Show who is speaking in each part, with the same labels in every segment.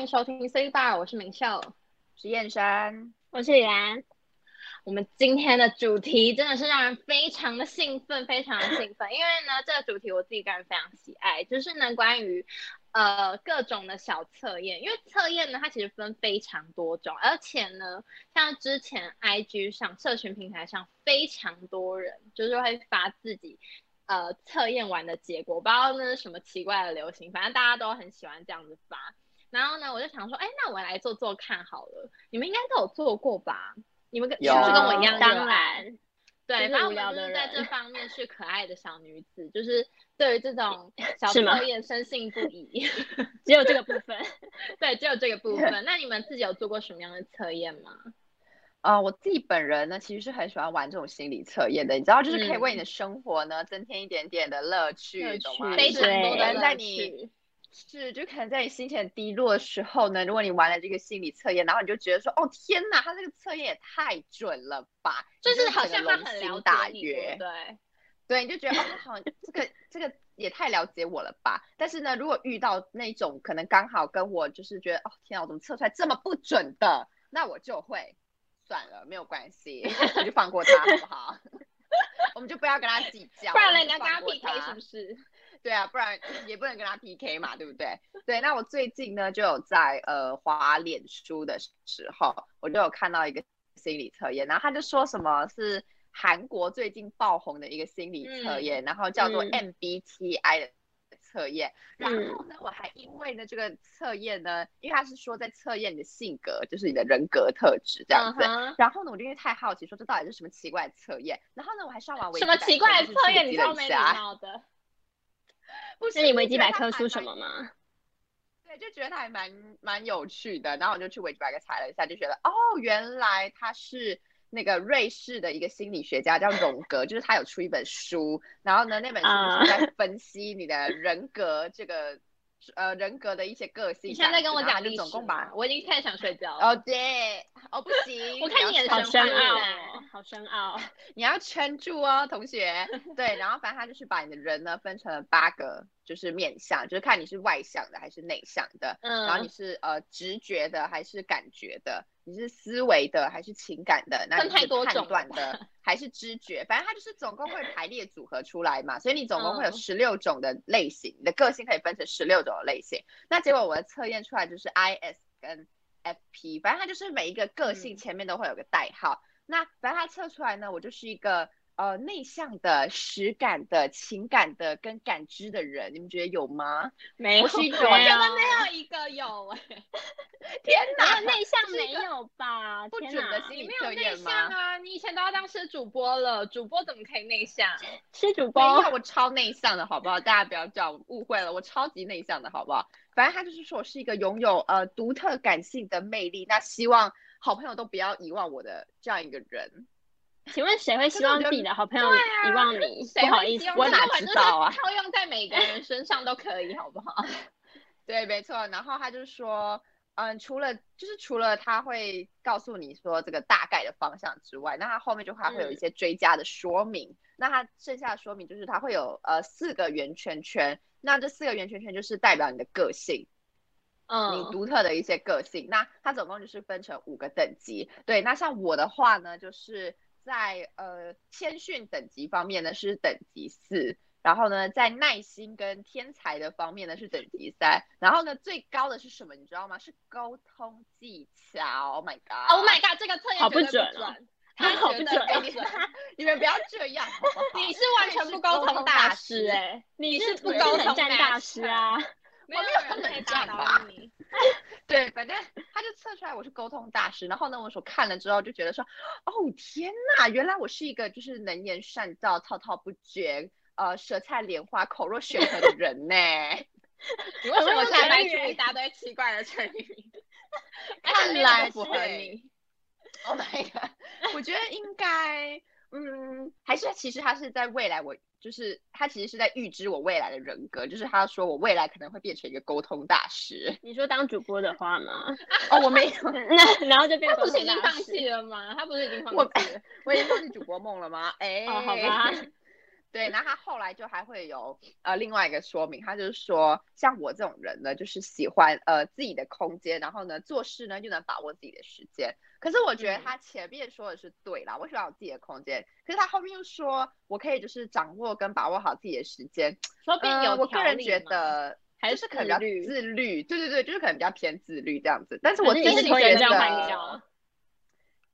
Speaker 1: 迎收听 C Bar，我是明秀，
Speaker 2: 是燕山。
Speaker 3: 我是李兰，
Speaker 1: 我们今天的主题真的是让人非常的兴奋，非常的兴奋，因为呢，这个主题我自己个人非常喜爱，就是呢关于呃各种的小测验，因为测验呢它其实分非常多种，而且呢，像之前 IG 上社群平台上非常多人就是会发自己。呃，测验完的结果，不知道那是什么奇怪的流行，反正大家都很喜欢这样子发。然后呢，我就想说，哎，那我来做做看好了。你们应该都有做过吧？你们跟是
Speaker 2: 有
Speaker 1: 不是跟我一样热爱？
Speaker 3: 当然，
Speaker 1: 对，
Speaker 3: 就是
Speaker 1: 反正
Speaker 3: 无聊
Speaker 1: 我们就是
Speaker 3: 的
Speaker 1: 在
Speaker 3: 人
Speaker 1: 这方面是可爱的小女子，就是对于这 种小
Speaker 3: 是吗
Speaker 1: 测验深信不疑。
Speaker 3: 只有这个部分。
Speaker 1: 对，只有这个部 分。那你们自己有做过什么样的测验吗？
Speaker 2: 呃，我自己本人呢，其实是很喜欢玩这种心理测验的，你知道，就是可以为
Speaker 1: 嗯
Speaker 2: 你的生活呢增添一点点的乐趣，懂吗？
Speaker 1: 非
Speaker 2: 就
Speaker 1: 常
Speaker 2: 是
Speaker 1: 多
Speaker 2: 可
Speaker 1: 的
Speaker 2: 能在
Speaker 1: 乐
Speaker 2: 你
Speaker 1: 趣。
Speaker 2: 是，就可能在你心情很低落的时候呢，如果你玩了这个心理测验，然后你就觉得说，哦天哪，他这个测验也太准了吧，
Speaker 1: 就
Speaker 2: 你
Speaker 1: 是
Speaker 2: 整
Speaker 1: 好
Speaker 2: 个
Speaker 1: 像他
Speaker 2: 龙
Speaker 1: 很
Speaker 2: 心
Speaker 1: 了解
Speaker 2: 大
Speaker 1: 你，对
Speaker 2: 悦
Speaker 1: 不，对？
Speaker 2: 对，你就觉得哦，他好像这个这个也太了解我了吧。但是呢，如果遇到那种可能刚好跟我就是觉得哦天啊，我怎么测出来这么不准的，那我就会算了，没有关系，我就放过他，好不好？ 我们就不要跟他计较，
Speaker 1: 不然
Speaker 2: 我们
Speaker 1: 人家
Speaker 2: 就
Speaker 1: 跟他
Speaker 2: 放过
Speaker 1: PK 是不是？
Speaker 2: 对啊，不然也不能跟他 PK 嘛，对不对？对，那我最近呢就有在呃滑脸书的时候，我就有看到一个心理测验，然后他就说什么是韩国最近爆红的一个心理测验，然后叫做
Speaker 3: 嗯
Speaker 2: MBTI 的测验。然
Speaker 3: 嗯
Speaker 2: 后呢，我还因为呢这个测验呢，因为他是说在测验你的性格，就是你的人格特质这样子。
Speaker 1: 嗯哼
Speaker 2: 然后呢，我就因为太好奇，说这到底是什么奇怪的测验？然后呢，我还上网维
Speaker 1: 什
Speaker 2: 基
Speaker 1: 么
Speaker 2: 百
Speaker 1: 奇
Speaker 2: 科
Speaker 1: 怪的
Speaker 2: 就是
Speaker 1: 测
Speaker 2: 去
Speaker 1: 验？你
Speaker 2: 维基
Speaker 1: 超
Speaker 2: 了一
Speaker 1: 没礼
Speaker 2: 下
Speaker 1: 貌的。
Speaker 2: 不
Speaker 3: 那
Speaker 2: 是
Speaker 3: 你
Speaker 2: 就
Speaker 3: 维
Speaker 2: 觉
Speaker 3: 基
Speaker 2: 得
Speaker 3: 百
Speaker 2: 它
Speaker 3: 科
Speaker 2: 还
Speaker 3: 出什
Speaker 2: 蛮
Speaker 3: 么吗？
Speaker 2: 对，就觉得它还蛮蛮有趣的。然后我就去维基百科查了一下，就觉得哦，原来他是那个瑞士的一个心理学家叫荣格，就是他有出一本书，然后呢，那本书就是
Speaker 1: 啊
Speaker 2: 在分析你的人格这个呃人格的一些个性
Speaker 1: 你
Speaker 2: 这
Speaker 1: 现
Speaker 2: 样子。
Speaker 1: 在跟我
Speaker 2: 然后
Speaker 1: 讲
Speaker 2: 他
Speaker 1: 历
Speaker 2: 啊就
Speaker 1: 史
Speaker 2: 总共
Speaker 1: 吗
Speaker 2: 把
Speaker 1: 我已经开始想睡觉了。
Speaker 2: 哦对，哦不行，
Speaker 1: 我看
Speaker 2: 要
Speaker 1: 你眼
Speaker 2: 撑
Speaker 3: 好
Speaker 1: 神
Speaker 3: 深
Speaker 1: 话
Speaker 3: 奥
Speaker 1: 啊
Speaker 3: 哦，好深奥。
Speaker 2: 你要撑住哦，同学。对，然后反正他就是把你的人呢分成了八个，就是面相，就是看你是外向的还是内向的，
Speaker 1: 嗯，
Speaker 2: 然后你是呃直觉的还是感觉的，你是思维的还是情感的，那
Speaker 1: 分
Speaker 2: 你
Speaker 1: 太
Speaker 2: 是
Speaker 1: 多种
Speaker 2: 判
Speaker 1: 了
Speaker 2: 断 的还是知觉，反正它就是总共会排列组合出来嘛，所以你总共会有
Speaker 1: 嗯
Speaker 2: 十六种的类型，你的个性可以分成十六种的类型。那结果我的测验出来就是 I S 跟 F P，反正它就是每一个个
Speaker 1: 嗯
Speaker 2: 性前面都会有个代号。那反正它测出来呢，我就是一个呃内向的、实感的、情感的跟感知的人，你们觉得有吗？
Speaker 3: 没
Speaker 2: 我
Speaker 3: 有，
Speaker 2: 是一种
Speaker 1: 我
Speaker 2: 没
Speaker 1: 觉
Speaker 2: 有
Speaker 1: 得没有一个有 哎、
Speaker 2: 天
Speaker 3: 没
Speaker 1: 啊
Speaker 2: 哪
Speaker 3: 有，内向
Speaker 2: 这是一
Speaker 3: 没
Speaker 2: 个
Speaker 3: 有吧？
Speaker 2: 不
Speaker 3: 天
Speaker 2: 准的
Speaker 3: 哪
Speaker 2: 心
Speaker 1: 你
Speaker 2: 理
Speaker 1: 没有
Speaker 2: 测
Speaker 1: 内
Speaker 2: 验
Speaker 1: 向
Speaker 2: 吗？
Speaker 1: 啊！你以前都要当是主播了，主播怎么可以内向？
Speaker 3: 是主
Speaker 2: 没
Speaker 3: 播
Speaker 2: 有，我超内向的，好不好？大家不要叫我误会了，我超级内向的，好不好？反正他就是说我是一个拥有呃独特感性的魅力，那希望好朋友都不要遗忘我的这样一个人。
Speaker 3: 请问谁会希望自己的好朋友
Speaker 1: 对啊
Speaker 3: 遗忘你？
Speaker 1: 谁
Speaker 3: 不好
Speaker 1: 会
Speaker 3: 意
Speaker 1: 希
Speaker 3: 思，
Speaker 1: 望
Speaker 2: 我
Speaker 1: 这
Speaker 2: 哪
Speaker 1: 个碗
Speaker 2: 知
Speaker 1: 就是
Speaker 2: 道啊
Speaker 1: 套用在每个人身上都可以，好不好？
Speaker 2: 对，没错。然后他就说，嗯，除了就是除了他会告诉你说这个大概的方向之外，那他后面就还会有一
Speaker 1: 嗯
Speaker 2: 些追加的说明。那他剩下的说明就是他会有呃四个圆圈圈，那这四个圆圈圈就是代表你的个性。你
Speaker 1: 嗯，
Speaker 2: 独特的一些个性。那它总共就是分成五个等级。对，那像我的话呢，就是在呃谦逊等级方面呢是等级四，然后呢在耐心跟天才的方面呢是等级三，然后呢最高的是什么？你知道吗？是沟通技巧。Oh my god！
Speaker 1: ，Oh my god，这个测验
Speaker 3: 好
Speaker 1: 绝
Speaker 3: 不
Speaker 1: 对
Speaker 3: 准哦
Speaker 1: 准，
Speaker 3: 他 好不
Speaker 1: 绝对
Speaker 2: 哦
Speaker 3: 准
Speaker 1: 不准。
Speaker 2: 你们不要这样好不好？
Speaker 1: 你是完全不沟通大师哎、欸，你是不
Speaker 3: 我是
Speaker 1: 沟
Speaker 3: 冷
Speaker 1: 通
Speaker 3: 战大师啊！
Speaker 1: 没有
Speaker 2: 我
Speaker 1: 人
Speaker 2: 没有
Speaker 1: 可以
Speaker 2: 冷
Speaker 1: 打
Speaker 2: 战
Speaker 1: 倒
Speaker 2: 吧
Speaker 1: 你。
Speaker 2: 对，反正他就测出来我是沟通大师，然后呢，我所看了之后就觉得说，哦天呐，原来我是一个就是能言善道、滔滔不绝、呃舌灿莲花、口若悬河的人呢。
Speaker 1: 你为什么现在掰出
Speaker 3: 成语
Speaker 1: 一大堆奇怪的成语？
Speaker 2: 看来
Speaker 1: 符合
Speaker 2: 是
Speaker 1: 你。
Speaker 2: Oh my god！我觉得应该，嗯，还是其实他是在未来我。就是他其实是在预知我未来的人格，就是他说我未来可能会变成一个沟通大 师。
Speaker 3: 你说当主播的话吗？
Speaker 2: 哦，我没有，
Speaker 3: 那然后就变
Speaker 1: 他不
Speaker 3: 沟
Speaker 1: 是已
Speaker 3: 通
Speaker 1: 经
Speaker 3: 大
Speaker 1: 放
Speaker 3: 师。
Speaker 1: 弃了吗？他不是已经放哦
Speaker 2: 我
Speaker 1: 弃了？
Speaker 2: 我已经放弃主播梦了吗？哎、
Speaker 3: 哦，好吧，
Speaker 2: 对，那他后来就还会有呃另外一个说明，他就是说，像我这种人呢，就是喜欢呃自己的空间，然后呢做事呢又能把握自己的时间。可是我觉得
Speaker 1: 嗯
Speaker 2: 他前面说的是对啦，我喜欢有自己的空间，可是他后面又说我可以就是掌握跟把握好自己的时间。
Speaker 1: 说不定
Speaker 2: 呃
Speaker 1: 有、
Speaker 2: 我个人觉，得。
Speaker 1: 还
Speaker 2: 就是可能比
Speaker 1: 自
Speaker 2: 较
Speaker 1: 律
Speaker 2: 自律，对对对，就是可能比较偏自律这样子。但是
Speaker 3: 可
Speaker 2: 我
Speaker 3: 是
Speaker 2: 自
Speaker 3: 你
Speaker 2: 己
Speaker 3: 是拖
Speaker 2: 觉
Speaker 3: 延症
Speaker 2: 得
Speaker 3: 患者，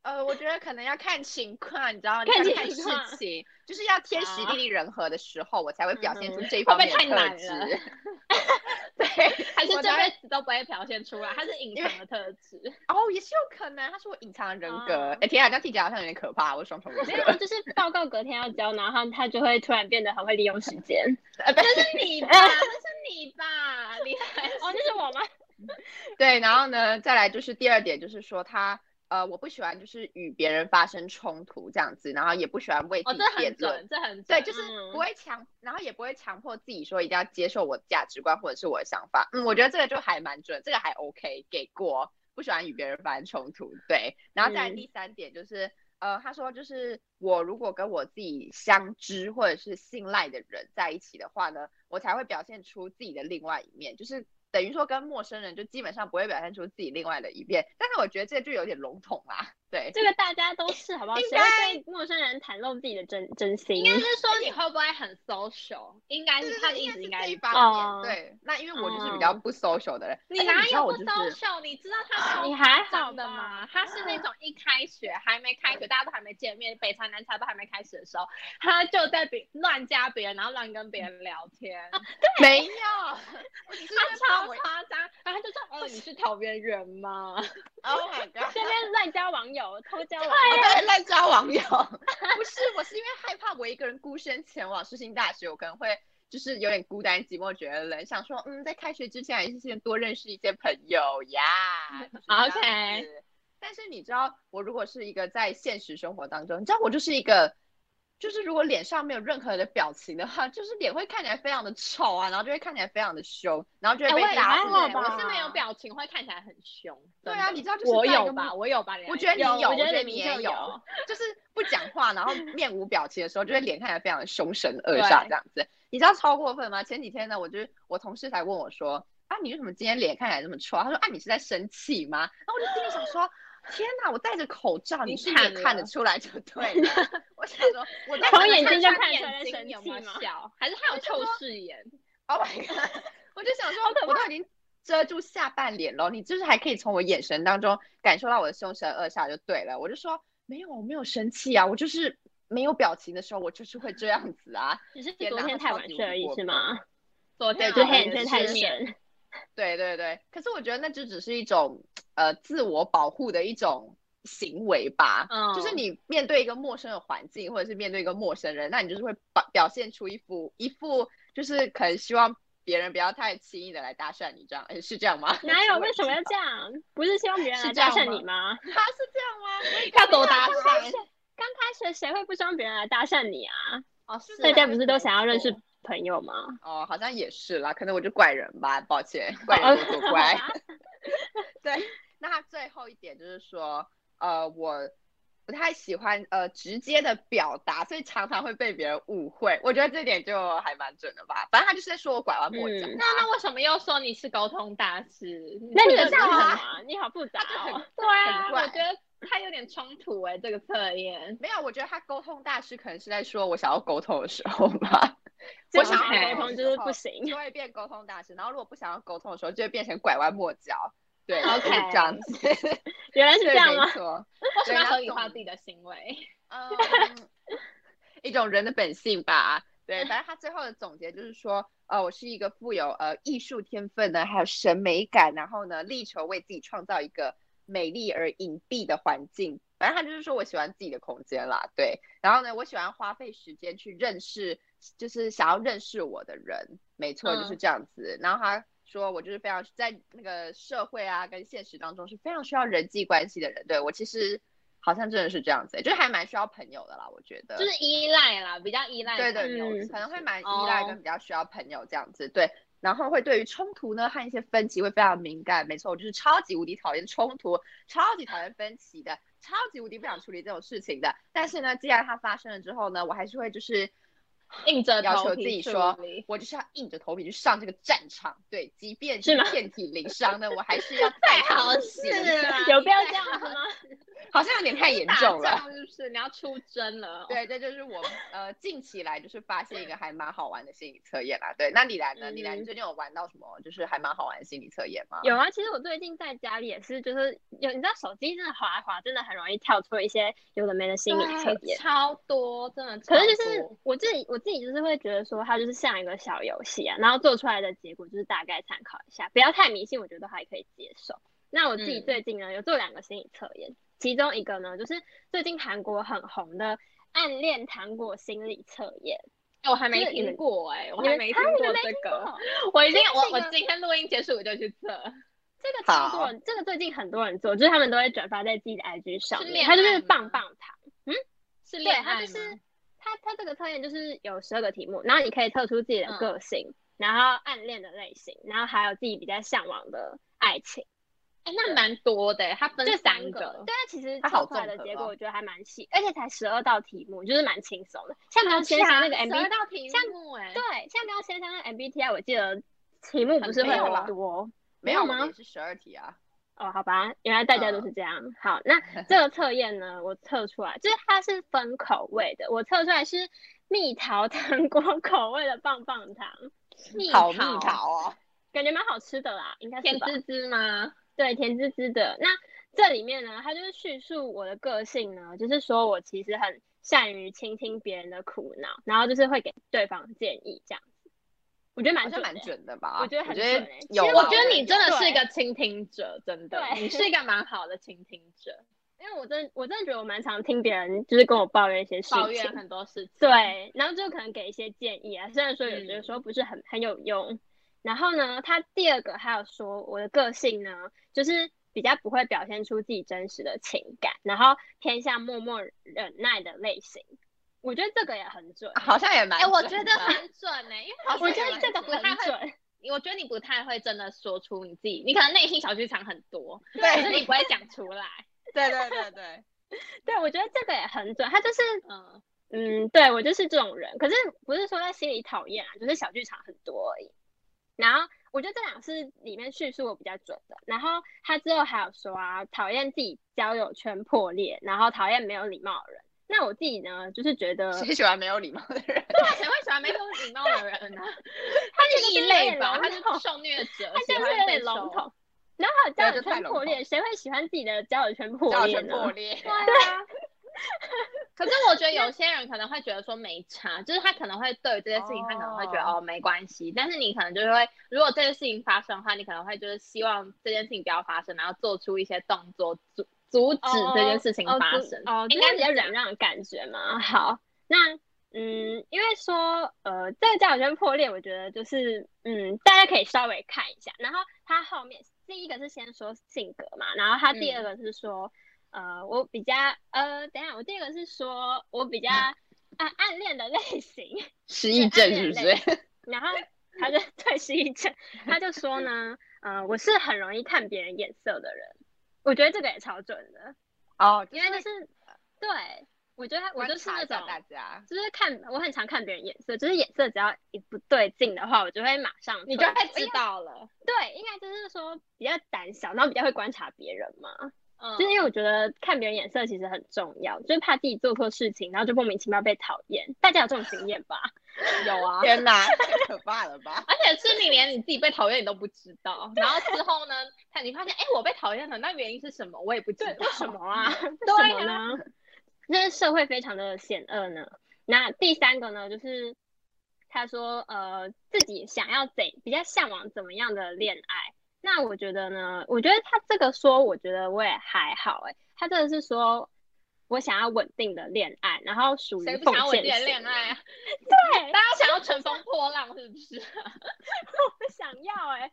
Speaker 2: 呃，我觉得可能要看情况，你知道，
Speaker 3: 看
Speaker 2: 看
Speaker 3: 情
Speaker 2: 看事
Speaker 3: 况
Speaker 2: 情，就是要天时
Speaker 3: 好
Speaker 2: 地利人和的时候，我才会表现
Speaker 3: 嗯
Speaker 2: 出
Speaker 3: 哼
Speaker 2: 这一
Speaker 3: 会
Speaker 2: 方
Speaker 3: 不会
Speaker 2: 面的
Speaker 3: 太
Speaker 2: 特
Speaker 3: 难
Speaker 2: 质。
Speaker 3: 了
Speaker 2: 对，
Speaker 1: 还是这
Speaker 2: 我当然
Speaker 1: 辈子都不会表现出来，它是隐
Speaker 2: 因为
Speaker 1: 藏的特质。
Speaker 2: 哦，也是有可能，他是我隐藏的人格。哎
Speaker 3: 啊、
Speaker 2: 天啊，这样听起来好像有点可怕，我是双重人
Speaker 3: 没有啊，
Speaker 2: 格。
Speaker 3: 就是报告隔天要交，然后他就会突然变得很会利用时间。
Speaker 2: 呃，不是
Speaker 1: 那是你吧？ 那是你吧？你还
Speaker 3: 哦，这是我吗？
Speaker 2: 对，然后呢，再来就是第二点，就是说他呃，我不喜欢就是与别人发生冲突这样子，然后也不喜欢为
Speaker 1: 哦，
Speaker 2: 自
Speaker 1: 这
Speaker 2: 己辩
Speaker 1: 很
Speaker 2: 论。
Speaker 1: 准，这很准。
Speaker 2: 对，就是
Speaker 3: 嗯
Speaker 2: 不会强，然后也不会强迫自己说一定要接受我的价值观或者是我的想法。嗯，我觉得这个就还蛮准，这个还 OK，给过。不喜欢与别人发生冲突，对。然后再来
Speaker 3: 嗯
Speaker 2: 第三点就是，呃，他说就是我如果跟我自己相知或者是信赖的人在一起的话呢，我才会表现出自己的另外一面，就是。等于说跟陌生人就基本上不会表现出自己另外的一面，但是我觉得这就有点笼统啦，对。
Speaker 3: 这个大家都是，好不好？
Speaker 2: 应
Speaker 3: 谁会对陌生人袒露自己的真真心
Speaker 1: 应？该是说你会不会很 social？应该
Speaker 2: 对
Speaker 1: 是
Speaker 2: 对
Speaker 1: 他的
Speaker 2: 对
Speaker 1: 意思，应该
Speaker 2: 是这一
Speaker 1: 是
Speaker 2: 方
Speaker 1: 这样
Speaker 2: 面。
Speaker 3: 哦
Speaker 2: 对，那因为我就是比较不 social 的人，
Speaker 1: 你
Speaker 2: 而且
Speaker 1: 哪
Speaker 2: 知道
Speaker 1: 有
Speaker 2: 我
Speaker 1: 不
Speaker 2: 就是，
Speaker 1: social？你知道 他
Speaker 3: 你
Speaker 1: 超
Speaker 3: 还哎好
Speaker 1: 脏的
Speaker 3: 吧
Speaker 1: 吗？他是那种一开学还没开学，大家都还没见面，北茶南茶都还没开始的时候，他就在别乱加别人，然后乱跟别人聊天，
Speaker 2: 没有，
Speaker 1: 他超
Speaker 2: 我
Speaker 1: 夸张。然后他就说：“哦，你是桃园人吗？
Speaker 2: ，Oh my god，
Speaker 3: 这边乱交网友，偷交网
Speaker 2: 我
Speaker 3: 友，
Speaker 2: 在乱交网友，哎 不是，我是因为害怕我一个人孤身前往世新大学，我可能会。就是有点孤单寂寞，觉得冷，想说，嗯，在开学之前还是先多认识一些朋友呀。就是这样
Speaker 1: OK
Speaker 2: 子但是你知道，我如果是一个在现实生活当中，你知道我就是一个，就是如果脸上没有任何的表情的话，就是脸会看起来非常的丑啊，然后就会看起来非常的凶，然后就会
Speaker 3: 哎
Speaker 2: 被
Speaker 3: 我也
Speaker 2: 打
Speaker 3: 还
Speaker 1: 还
Speaker 2: 死。
Speaker 3: 好
Speaker 1: 好
Speaker 3: 吧
Speaker 1: 吧？欸我是没有表情，会看起来很凶。
Speaker 2: 对
Speaker 1: 真
Speaker 2: 啊，
Speaker 1: 的
Speaker 2: 你知道，就是
Speaker 1: 我
Speaker 2: 在一个
Speaker 1: 有吧？我有吧？
Speaker 2: 我觉得你
Speaker 1: 有，
Speaker 2: 有，
Speaker 3: 我觉得
Speaker 2: 得
Speaker 3: 你
Speaker 2: 你
Speaker 3: 就
Speaker 2: 也
Speaker 3: 有，
Speaker 2: 就是不讲话，然后面无表情的时候，就会脸看起来非常的凶神恶
Speaker 1: 对
Speaker 2: 煞这样子。你知道超过分吗？前几天呢，我就是我同事才问我说：“啊，你为什么今天脸看起来这么臭啊？”他说：“啊，你是在生气吗？”然后我就心里想说。天呐，我戴着口罩，
Speaker 1: 你
Speaker 2: 你是
Speaker 1: 看
Speaker 2: 也看得
Speaker 1: 了
Speaker 2: 出来就对了。我想说，我在
Speaker 3: 从
Speaker 2: 想
Speaker 3: 眼
Speaker 2: 说
Speaker 3: 睛就看得出来
Speaker 1: 眼
Speaker 3: 在
Speaker 1: 睛
Speaker 3: 生
Speaker 1: 有
Speaker 3: 气
Speaker 1: 没有
Speaker 3: 吗
Speaker 1: 笑，还是他有透视眼？
Speaker 2: Oh my god！我就想说，我都已经遮住下半脸了，你就是还可以从我眼神当中感受到我的凶神恶煞就对了。我就说没有，我没有生气啊，我就是没有表情的时候，我就是会这样子啊。
Speaker 3: 只是
Speaker 2: 天
Speaker 3: 昨
Speaker 2: 哪
Speaker 3: 天
Speaker 2: 他
Speaker 3: 太
Speaker 2: 超
Speaker 3: 晚
Speaker 2: 级
Speaker 3: 睡
Speaker 2: 无
Speaker 3: 而已
Speaker 2: 辜，
Speaker 3: 是吗？
Speaker 1: 昨天
Speaker 2: 对
Speaker 3: 昨
Speaker 1: 好
Speaker 3: 天
Speaker 1: 像也
Speaker 3: 也是太
Speaker 1: 是
Speaker 3: 闲，
Speaker 2: 对对对，可是我觉得那就只是一种呃自我保护的一种行为吧。
Speaker 1: 嗯
Speaker 2: 就是你面对一个陌生的环境，或者是面对一个陌生人，那你就是会表表现出一副一副就是可能希望别人不要太轻易的来搭讪你这样，诶是这样吗？
Speaker 3: 哪 有？
Speaker 2: 我也
Speaker 3: 为
Speaker 2: 不
Speaker 3: 什
Speaker 2: 知
Speaker 3: 么要
Speaker 2: 道
Speaker 3: 这样？不是希望别人
Speaker 2: 是
Speaker 3: 来
Speaker 2: 这
Speaker 3: 搭
Speaker 2: 样
Speaker 3: 讪
Speaker 2: 吗
Speaker 3: 你吗？
Speaker 2: 他是这样吗？
Speaker 1: 要多搭
Speaker 3: 刚开
Speaker 1: 讪
Speaker 3: 始，刚开始谁会不希望别人来搭讪你啊？
Speaker 1: 哦，是
Speaker 3: 大
Speaker 1: 啊
Speaker 3: 家不是都想要认
Speaker 2: 没
Speaker 3: 识
Speaker 2: 错
Speaker 3: 朋友吗？
Speaker 2: 哦，好像也是啦，可能我就怪人吧，抱歉，
Speaker 3: 哦
Speaker 2: 怪人多作 怪。对，那他最后一点就是说，呃，我不太喜欢呃直接的表达，所以常常会被别人误会。我觉得这点就还蛮准的吧，反正他就是在说我拐弯抹角
Speaker 3: 嗯
Speaker 1: 那那为什么又说你是沟通大师？
Speaker 3: 那你
Speaker 1: 这个
Speaker 3: 的是什
Speaker 2: 到啊
Speaker 3: 么？你好复杂哦。
Speaker 1: 对啊，
Speaker 2: 很怪
Speaker 1: 我觉得他有点冲突哎、 这个测验。
Speaker 2: 没有，我觉得他沟通大师可能是在说我想要沟通的时候吧，
Speaker 3: 我
Speaker 2: 我
Speaker 3: 想
Speaker 2: 想
Speaker 3: 要
Speaker 2: 要
Speaker 3: 沟
Speaker 2: 沟
Speaker 3: 通
Speaker 2: 通
Speaker 3: 就是不行。
Speaker 2: 就会变沟通大师。然后如果不想要沟通的时候，就会变成拐弯抹角。对
Speaker 1: OK
Speaker 2: 就是这样子，
Speaker 3: 原来是
Speaker 2: 对
Speaker 3: 这样吗
Speaker 2: 没？错。
Speaker 1: 为什么要合理
Speaker 2: 对
Speaker 1: 化
Speaker 2: 那
Speaker 1: 自己的行为？
Speaker 2: 嗯，一种人的本性吧。对，反正他最后的总结就是说，呃，我是一个富有呃艺术天分呢，还有审美感，然后呢，力求为自己创造一个美丽而隐蔽的环境。反正他就是说我喜欢自己的空间啦，对。然后呢，我喜欢花费时间去认识，就是想要认识我的人，没错，
Speaker 1: 嗯
Speaker 2: 就是这样子。然后他说我就是非常在那个社会啊跟现实当中是非常需要人际关系的人，对我其实好像真的是这样子、就是还蛮需要朋友的啦，我觉得。
Speaker 1: 就是依赖啦，比较依赖
Speaker 2: 对
Speaker 1: 朋
Speaker 2: 对，
Speaker 1: 友
Speaker 3: 嗯
Speaker 1: 是不是，哦
Speaker 2: 可能会蛮依赖跟比较需要朋友这样子，对。然后会对于冲突呢和一些分歧会非常敏感，没错，我就是超级无敌讨厌冲突，超级讨厌分歧的，超级无敌不想处理这种事情的。但是呢，既然它发生了之后呢，我还是会就是
Speaker 1: 硬着
Speaker 2: 要
Speaker 1: 头
Speaker 2: 求
Speaker 1: 皮
Speaker 2: 自己
Speaker 1: 处
Speaker 2: 说
Speaker 1: 理
Speaker 2: 我就是要硬着头皮去上这个战场，对，即便
Speaker 3: 是吗
Speaker 2: 遍体鳞伤呢，我还是要
Speaker 1: 太
Speaker 2: 上
Speaker 1: 好
Speaker 2: 心
Speaker 1: 事了，
Speaker 3: 有必要
Speaker 1: 太
Speaker 3: 这样子吗？
Speaker 2: 好像有点太严
Speaker 1: 打
Speaker 2: 重了。
Speaker 1: 仗是不是？你要出征了？，
Speaker 2: 对，这就是我呃近期来就是发现一个还蛮好玩的心理测验啦。对，那你来呢？你来，你
Speaker 3: 嗯
Speaker 2: 最近有玩到什么就是还蛮好玩的心理测验吗？
Speaker 3: 有啊，其实我最近在家里也是，就是有你知道手机真的滑一滑，真的很容易跳出一些有的没的心理测验。
Speaker 1: 哦超多，真的超
Speaker 3: 可
Speaker 1: 多。
Speaker 3: 是就是我自己，我自己就是会觉得说，它就是像一个小游戏啊，然后做出来的结果就是大概参考一下，不要太迷信，我觉得还可以接受。那我自己
Speaker 2: 嗯
Speaker 3: 最近呢、有做两个心理测验，其中一个呢就是最近韩国很红的暗恋糖果心理测验，
Speaker 1: 哎我还
Speaker 3: 就
Speaker 1: 没
Speaker 3: 是你
Speaker 1: 听
Speaker 3: 们
Speaker 1: 过哎，我
Speaker 3: 你
Speaker 1: 还
Speaker 3: 们
Speaker 1: 没
Speaker 3: 啊
Speaker 1: 听
Speaker 3: 你
Speaker 1: 过
Speaker 3: 们
Speaker 1: 这
Speaker 3: 没听
Speaker 1: 个。
Speaker 3: 过
Speaker 1: 我已经
Speaker 3: 这个
Speaker 1: 我
Speaker 3: 是一
Speaker 1: 我
Speaker 3: 个
Speaker 1: 今天录音结束我就去测，
Speaker 3: 这个超
Speaker 2: 好
Speaker 3: 多人，这个最近很多人做，就是他们都会转发在自己的 IG 上
Speaker 1: 是
Speaker 3: 面，
Speaker 1: 恋
Speaker 3: 它就
Speaker 1: 爱
Speaker 3: 是
Speaker 1: 吗
Speaker 3: 棒棒糖。
Speaker 1: 是
Speaker 3: 对
Speaker 1: 恋，
Speaker 3: 它
Speaker 1: 爱
Speaker 3: 就
Speaker 1: 吗？
Speaker 3: 是它它这个测验就是有十二个题目，然后你可以测出自己
Speaker 1: 嗯
Speaker 3: 的个性，然后暗恋的类型，然后还有自己比较向往的爱情，
Speaker 1: 哎，那蛮多的，它分
Speaker 3: 这
Speaker 1: 三
Speaker 3: 三个。对，那其实
Speaker 2: 它好
Speaker 3: 测出
Speaker 2: 综
Speaker 3: 来的
Speaker 2: 合
Speaker 3: 结
Speaker 2: 哦
Speaker 3: 果我觉得还蛮细，而且才十二道题目，就是蛮轻松的。像刚先生那个 MB，
Speaker 1: 啊十二道题
Speaker 3: 像
Speaker 1: 目哎，
Speaker 3: 对，像刚先生那个 MBTI，我记得题目不是会
Speaker 2: 没有啦
Speaker 3: 很多。
Speaker 2: 没
Speaker 3: 没
Speaker 2: 有
Speaker 3: 有
Speaker 2: 我们
Speaker 3: 吗
Speaker 2: 也是十二题啊。
Speaker 3: 哦，好吧，原来大家都
Speaker 2: 嗯
Speaker 3: 是这样。好，那这个测验呢，我测出来就是它是分口味的，我测出来是蜜桃糖果口味的棒棒糖，
Speaker 1: 蜜
Speaker 2: 好蜜桃哦，
Speaker 3: 感觉蛮好吃的啦，应该是
Speaker 1: 甜
Speaker 3: 吧？
Speaker 1: 滋滋吗？
Speaker 3: 对，甜滋滋的。那这里面呢，它就是叙述我的个性呢，就是说我其实很善于倾听别人的苦恼，然后就是会给对方建议这样子，我觉得
Speaker 2: 好
Speaker 3: 蛮
Speaker 2: 像
Speaker 3: 准
Speaker 2: 哦蛮
Speaker 3: 的。
Speaker 2: 准的吧？
Speaker 3: 我觉得
Speaker 2: 我
Speaker 3: 很
Speaker 2: 觉
Speaker 3: 准
Speaker 2: 得
Speaker 3: 欸其
Speaker 2: 有
Speaker 3: 实
Speaker 2: 啊。
Speaker 3: 我
Speaker 1: 我
Speaker 3: 觉
Speaker 1: 觉
Speaker 3: 得
Speaker 1: 得
Speaker 3: 对
Speaker 1: 你真的是
Speaker 3: 对
Speaker 1: 一个倾听者，真的，
Speaker 3: 对
Speaker 1: 你是一个蛮好的倾听者，
Speaker 3: 因为我真我真的觉得我蛮常听别人 就是跟我抱怨一些事
Speaker 1: 抱
Speaker 3: 情
Speaker 1: 怨，很多事情。
Speaker 3: 对，然后就可能给一些建议啊，虽然说有些时候不是很、很有用。然后呢，他第二个还有说我的个性呢，就是比较不会表现出自己真实的情感，然后偏向默默忍耐的类型。我觉得这个也很准，
Speaker 2: 好像也蛮
Speaker 1: 哎、
Speaker 2: 准的，
Speaker 1: 我觉得很准呢、因为好像
Speaker 3: 我觉
Speaker 1: 有
Speaker 3: 得
Speaker 1: 人
Speaker 3: 啊这个
Speaker 1: 不太
Speaker 3: 很
Speaker 1: 会，
Speaker 3: 准。
Speaker 1: 我觉得你不太会真的说出你自己，你可能内心小剧场很多，可是
Speaker 2: 对
Speaker 1: 你不会讲出来。
Speaker 2: 对对对对，
Speaker 3: 对，我觉得这个也很准。他就是，
Speaker 1: 嗯，
Speaker 3: 嗯，对我就是这种人，可是不是说在心里讨厌啊，就是小剧场很多而已。然后我觉得这两个是里面叙述我比较准的。然后他之后还有说啊，讨厌自己交友圈破裂，然后讨厌没有礼貌的人。那我自己呢，就是觉得
Speaker 2: 谁喜欢没有礼貌的人？
Speaker 1: 对啊，谁会喜欢没有礼貌的人 呢、他
Speaker 3: 这
Speaker 1: 是异
Speaker 3: 个就是有
Speaker 1: 类
Speaker 3: 点
Speaker 1: 吧，
Speaker 3: 笼
Speaker 1: 他是
Speaker 3: 统
Speaker 1: 受虐者，
Speaker 3: 他
Speaker 1: 喜
Speaker 3: 就是
Speaker 1: 欢
Speaker 3: 有
Speaker 1: 被
Speaker 3: 点笼
Speaker 1: 受。
Speaker 3: 统。然后还有交
Speaker 2: 对
Speaker 3: 友
Speaker 2: 这太
Speaker 3: 圈
Speaker 2: 笼
Speaker 3: 破裂，谁会喜欢自己的交友圈破
Speaker 2: 造
Speaker 3: 裂
Speaker 2: 成
Speaker 3: 呢？
Speaker 2: 破裂。
Speaker 1: 对啊。可是我觉得有些人可能会觉得说没差，就是他可能会对于这件事情，他可能会觉得
Speaker 2: 哦
Speaker 1: 哦没关系，但是你可能就是会，如果这件事情发生的话，你可能会就是希望这件事情不要发生，然后做出一些动作阻阻止这件事情
Speaker 3: 哦
Speaker 1: 发
Speaker 3: 不
Speaker 1: 生。
Speaker 3: 哦，
Speaker 1: 应
Speaker 3: 应
Speaker 1: 该
Speaker 3: 该
Speaker 1: 是
Speaker 3: 比较
Speaker 1: 这
Speaker 3: 忍
Speaker 1: 样。
Speaker 3: 让的感觉嘛。好，那嗯，因为说呃，这个交友圈破裂，我觉得就是嗯，大家可以稍微看一下。然后他后面第一个是先说性格嘛，然后他第二个是说、呃，我比较呃，等一下，我第一个是说我比较暗暗恋的类型，
Speaker 2: 失忆症是不
Speaker 3: 对
Speaker 2: 是？
Speaker 3: 然后他就 对失忆症，他就说呢，呃，我是很容易看别人眼色的人，我觉得这个也超准的。
Speaker 2: 哦，
Speaker 3: 因为就是对，我觉得我
Speaker 2: 观
Speaker 3: 就是
Speaker 2: 察
Speaker 3: 那
Speaker 2: 一下
Speaker 3: 种，
Speaker 2: 大家，
Speaker 3: 就是看我很常看别人眼色，就是眼色只要一不对劲的话，我就会马上
Speaker 1: 你就
Speaker 3: 退
Speaker 1: 会
Speaker 3: 我
Speaker 1: 知
Speaker 3: 应该
Speaker 1: 道了，
Speaker 3: 对，应该就是说比较胆小，然后比较会观察别人嘛。
Speaker 1: 嗯，
Speaker 3: 就是因为我觉得看别人眼色其实很重要，就是怕自己做错事情，然后就莫名其妙被讨厌。大家有这种经验吧？
Speaker 1: 有啊，
Speaker 2: 天哪，太可怕了吧！
Speaker 1: 而且是你连你自己被讨厌你都不知道，然后之后呢，他你发现哎、我被讨厌了，那原因是什么？我也不知道。
Speaker 3: 为什么 啊？为
Speaker 1: 对
Speaker 3: 什么呢？ 那社会非常的险恶呢。那第三个呢，就是他说呃自己想要怎比较向往怎么样的恋爱。那我觉得呢，我觉得他这个说，我觉得我也还好哎、他这个是说我想要稳定的恋爱，然后属于
Speaker 1: 谁不
Speaker 3: 奉
Speaker 1: 想要稳
Speaker 3: 献
Speaker 1: 定的
Speaker 3: 型
Speaker 1: 恋爱啊？
Speaker 3: 对，
Speaker 1: 大家想要乘风破浪是不是？
Speaker 3: 我想要哎、